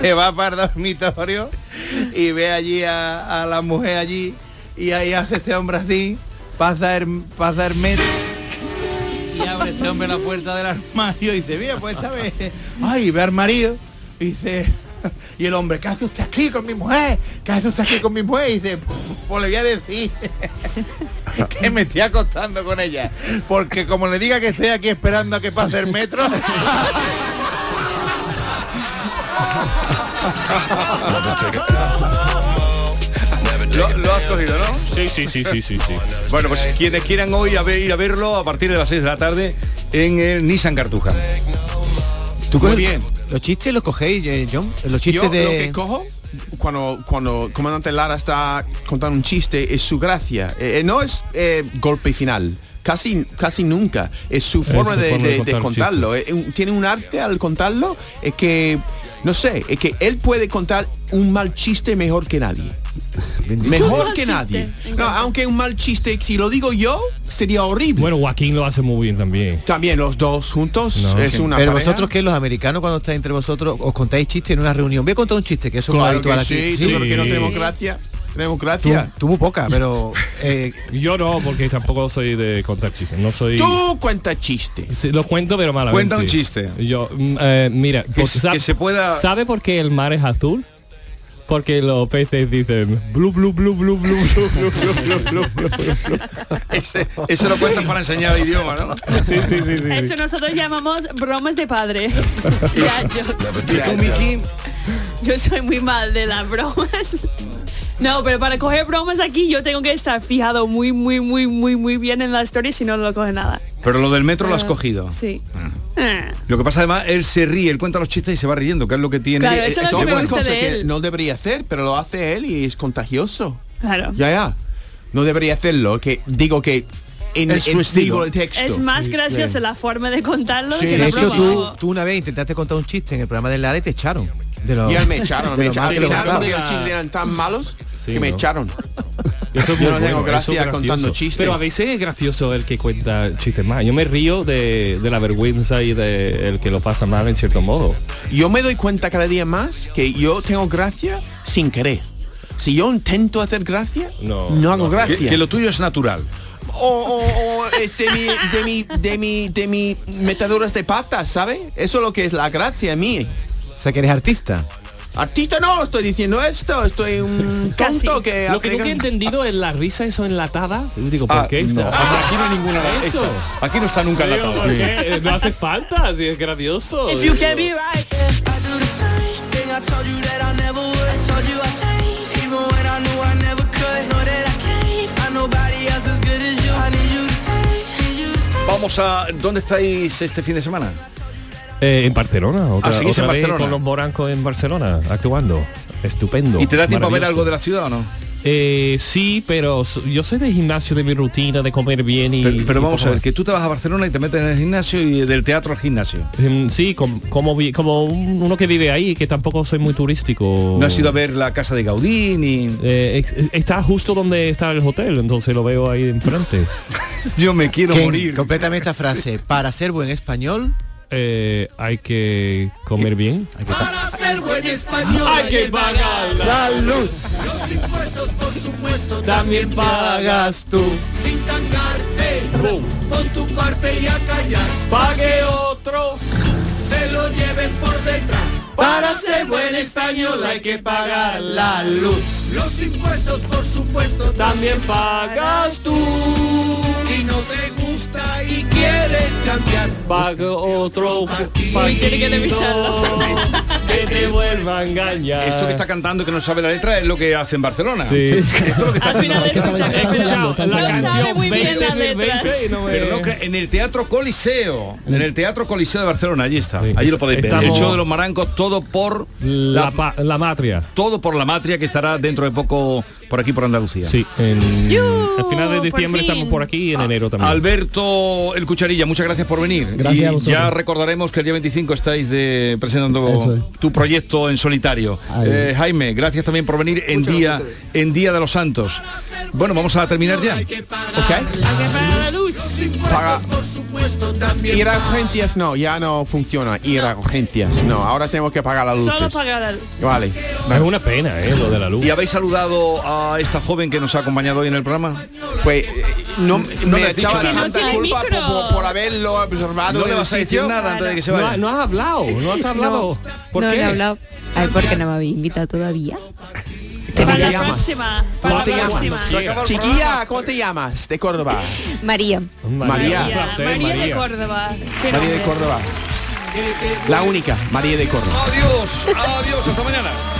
Speaker 29: se va para el dormitorio y ve allí a, a la mujer allí y ahí hace ese hombre así, pasa el, pasa el metro y abre este hombre la puerta del armario y dice, mira, pues esta vez, ay, ve al marido y dice, y el hombre, ¿qué hace usted aquí con mi mujer? ¿Qué hace usted aquí con mi mujer? Y dice, pues, pues le voy a decir que me estoy acostando con ella. Porque como le diga que estoy aquí esperando a que pase el metro.
Speaker 11: Ah, Lo, lo has cogido, ¿no? Sí, sí, sí, sí, sí, sí. Bueno, pues quienes quieran hoy a ver- ir a verlo a partir de las 6 de la tarde en el Nissan Cartuja.
Speaker 31: ¿Tú
Speaker 12: Muy
Speaker 31: coges-
Speaker 12: bien.
Speaker 31: ¿Los chistes los cogéis, eh, John? Los chistes
Speaker 12: Yo
Speaker 31: de...
Speaker 12: lo que cojo cuando cuando comandante Lara está contando un chiste es su gracia. Eh, eh, no es eh, golpe final. Casi, casi nunca. Es su forma,
Speaker 31: su
Speaker 12: de,
Speaker 31: forma de
Speaker 12: de- de
Speaker 31: contar
Speaker 12: contarlo. Eh, un- tiene un arte al contarlo. Es que, no sé, es que él puede contar un mal chiste mejor que nadie. Mejor
Speaker 14: Un
Speaker 12: que
Speaker 14: mal
Speaker 12: nadie.
Speaker 14: chiste,
Speaker 12: No, aunque un mal chiste, si lo digo yo, sería horrible.
Speaker 14: Bueno, Joaquín lo hace muy bien también.
Speaker 12: También los dos juntos
Speaker 31: No.
Speaker 12: es una
Speaker 31: Pero
Speaker 12: pareja.
Speaker 31: vosotros que los americanos cuando estáis entre vosotros os contáis chistes en una reunión. Voy a contar un chiste, que eso es
Speaker 12: Claro
Speaker 31: muy habitual
Speaker 12: que
Speaker 31: aquí.
Speaker 12: sí, sí, porque no tenemos gracia. Tenemos gracia.
Speaker 31: Tú, tú muy poca, pero
Speaker 14: eh, yo no, porque tampoco soy de contar chistes. No soy.
Speaker 12: Tú cuentas chistes.
Speaker 14: lo cuento, pero malamente.
Speaker 11: Cuenta un chiste.
Speaker 14: Yo, mm, eh, mira,
Speaker 11: Que se- que se pueda-
Speaker 14: ¿Sabe por qué el mar es azul? Porque los peces dicen blu blu blu blu blu blu blu blu blu blu, blu, blu".
Speaker 11: Ese, ese lo cuentas para enseñar el idioma, ¿no?
Speaker 14: Sí, sí, sí, sí.
Speaker 28: Eso nosotros llamamos bromas de padre. Ya, yo-
Speaker 11: ¿Y tú, Miki?
Speaker 28: Yo soy muy mal de las bromas. No, pero para coger bromas aquí yo tengo que estar fijado muy, muy, muy, muy, muy bien en la historia si no no lo coge nada.
Speaker 11: Pero lo del metro lo has
Speaker 28: Ah,
Speaker 11: cogido.
Speaker 28: Sí. Ah.
Speaker 11: Lo que pasa además, él se ríe, él cuenta los chistes y se va riendo, que es lo que tiene.
Speaker 28: Claro, eso es lo
Speaker 12: Son
Speaker 28: que me
Speaker 12: buenas
Speaker 28: gusta
Speaker 12: cosas
Speaker 28: de
Speaker 12: que
Speaker 28: él.
Speaker 12: no debería hacer, pero lo hace él y es contagioso.
Speaker 28: Claro.
Speaker 12: Ya, ya. No debería hacerlo, que digo que en,
Speaker 31: Es su
Speaker 12: en-
Speaker 31: estilo.
Speaker 12: digo el texto.
Speaker 28: Es más graciosa la forma de contarlo que
Speaker 31: de
Speaker 28: la
Speaker 31: hecho,
Speaker 28: broma.
Speaker 31: tú, tú una vez intentaste contar un chiste en el programa de Lara y te echaron. De los-
Speaker 12: Ya me echaron,
Speaker 31: de
Speaker 12: me
Speaker 31: los
Speaker 12: echaron.
Speaker 31: mal que
Speaker 12: Me
Speaker 31: lo
Speaker 12: echaron porque
Speaker 31: contaba.
Speaker 12: los chistes eran tan malos
Speaker 14: Sí,
Speaker 12: que me
Speaker 14: ¿no?
Speaker 12: echaron.
Speaker 14: Eso es
Speaker 12: Yo
Speaker 14: muy
Speaker 12: no tengo
Speaker 14: bueno, eso es
Speaker 12: gracia contando
Speaker 14: gracioso.
Speaker 12: chistes.
Speaker 14: Pero a veces es gracioso el que cuenta chistes más. Yo me río de, de la vergüenza y de el que lo pasa mal en cierto modo.
Speaker 12: Yo me doy cuenta cada día más que yo tengo gracia sin querer. Si yo intento hacer gracia, no, hago gracia.
Speaker 11: Que, que lo tuyo es natural.
Speaker 12: o, o- o, eh, de, mi, de, mi, de, mi, de mi metaduras de patas, ¿sabe? Eso es lo que es la gracia a mí.
Speaker 31: O sea, que eres artista.
Speaker 12: Artista no, estoy diciendo esto, estoy un tonto que...
Speaker 14: Lo que nunca he entendido es la risa eso enlatada. Yo digo, ¿por
Speaker 11: Ah,
Speaker 14: qué?
Speaker 11: no. Ah, aquí no hay ninguna la-
Speaker 14: Eso.
Speaker 11: esta. Aquí no está nunca la
Speaker 14: Digo, ¿por qué? Eh, No hace falta, si es gracioso.
Speaker 25: If
Speaker 14: Digo.
Speaker 25: you can't be right, yeah, I do the same thing. I told you that I never would. I told you I changed, even when I knew I never could. Know that I can't find nobody else as good as you. I need you to stay, need you to stay.
Speaker 11: Vamos a. ¿Dónde estáis este fin de semana?
Speaker 14: Eh, en Barcelona, otra,
Speaker 11: Ah, seguís en
Speaker 14: otra vez
Speaker 11: Barcelona.
Speaker 14: con los morancos en Barcelona, actuando. Estupendo.
Speaker 11: ¿Y te da tiempo a ver
Speaker 14: maravilloso.
Speaker 11: algo de la ciudad o no?
Speaker 14: Eh, sí, pero s- yo soy de gimnasio, de mi rutina, de comer bien y...
Speaker 11: Pero, pero
Speaker 14: y
Speaker 11: vamos
Speaker 14: poco
Speaker 11: a ver,
Speaker 14: más.
Speaker 11: que tú te vas a Barcelona y te metes en el gimnasio y del teatro al gimnasio.
Speaker 14: Em, Sí, com- como, vi- como un- uno que vive ahí, que tampoco soy muy turístico.
Speaker 11: No has ido a ver la casa de Gaudí ni...
Speaker 14: Oh. Eh, ex- está justo donde está el hotel, entonces lo veo ahí enfrente.
Speaker 11: Yo me quiero
Speaker 31: Ken,
Speaker 11: morir.
Speaker 31: Complétame esta frase. Para ser buen español...
Speaker 14: Eh, hay que
Speaker 31: Eh,
Speaker 14: comer bien.
Speaker 25: Para ser buen español
Speaker 14: Hay que pagar la luz.
Speaker 25: Los impuestos, por supuesto,
Speaker 14: También pagas tú.
Speaker 25: Sin tangarte,
Speaker 14: Boom.
Speaker 25: pon tu parte y a callar.
Speaker 14: Pague otro,
Speaker 25: se lo lleven por detrás. Para ser buen español hay que pagar la luz. Los impuestos, por supuesto, también pagas tú. Si no te gusta y quieres cambiar,
Speaker 14: pague otro.
Speaker 25: Y tiene que revisarlo.
Speaker 14: Que te vuelva a engañar.
Speaker 11: Esto que está cantando que no sabe la letra es lo que hace en Barcelona.
Speaker 14: Sí.
Speaker 11: Esto es lo que está haciendo.
Speaker 14: Escuchado la canción Baby, baby, baby, no me-
Speaker 11: Pero no cre- en el Teatro Coliseo, en el Teatro Coliseo de Barcelona, allí está, allí lo podéis ver.
Speaker 14: Estamos-
Speaker 11: El show de los marancos, todo por
Speaker 14: La, pa- la matria.
Speaker 11: todo por la matria que estará dentro de poco por aquí por Andalucía.
Speaker 14: Sí, en- al final de diciembre estamos por aquí y en enero también.
Speaker 11: Alberto El Cucharilla, muchas gracias por venir.
Speaker 14: Gracias
Speaker 11: Y
Speaker 14: a vosotros.
Speaker 11: ya recordaremos que el día 25 estáis de, presentando tu proyecto en solitario.
Speaker 14: Ahí.
Speaker 11: Eh, Jaime, gracias también por venir en día, en día de los Santos. Bueno, vamos a terminar ya.
Speaker 12: Paga-
Speaker 25: Por supuesto, también
Speaker 12: Ir a urgencias no, ya no funciona. Ir a urgencias no, ahora tenemos que pagar la luz.
Speaker 28: Solo pagar la luz.
Speaker 12: Vale.
Speaker 14: Es una pena, ¿eh? Lo de la luz.
Speaker 11: ¿Y habéis saludado a esta joven que nos ha acompañado hoy en el programa?
Speaker 12: Pues no,
Speaker 11: me
Speaker 12: me
Speaker 11: has dicho
Speaker 12: echaba
Speaker 11: nada.
Speaker 12: tanta culpa por, por- por haberlo observado.
Speaker 11: No le
Speaker 12: en
Speaker 11: vas a
Speaker 12: el
Speaker 11: decir
Speaker 12: sitio.
Speaker 11: nada antes de que se vaya.
Speaker 14: No has hablado, no has hablado. ¿Por
Speaker 5: no,
Speaker 14: qué?
Speaker 5: no he hablado. Ay, porque no me habéis invitado todavía.
Speaker 12: ¿Cómo te
Speaker 5: la
Speaker 12: llamas?
Speaker 28: próxima,
Speaker 12: ¿Cómo
Speaker 5: para
Speaker 12: te
Speaker 5: la
Speaker 12: llamas?
Speaker 5: próxima. Se acabó el
Speaker 12: Chiquilla, ¿cómo te llamas? De Córdoba.
Speaker 5: María.
Speaker 12: María.
Speaker 28: María, María de Córdoba. Qué
Speaker 12: María de
Speaker 28: nombre.
Speaker 12: Córdoba. La única, María de Córdoba.
Speaker 11: Adiós, adiós, hasta mañana.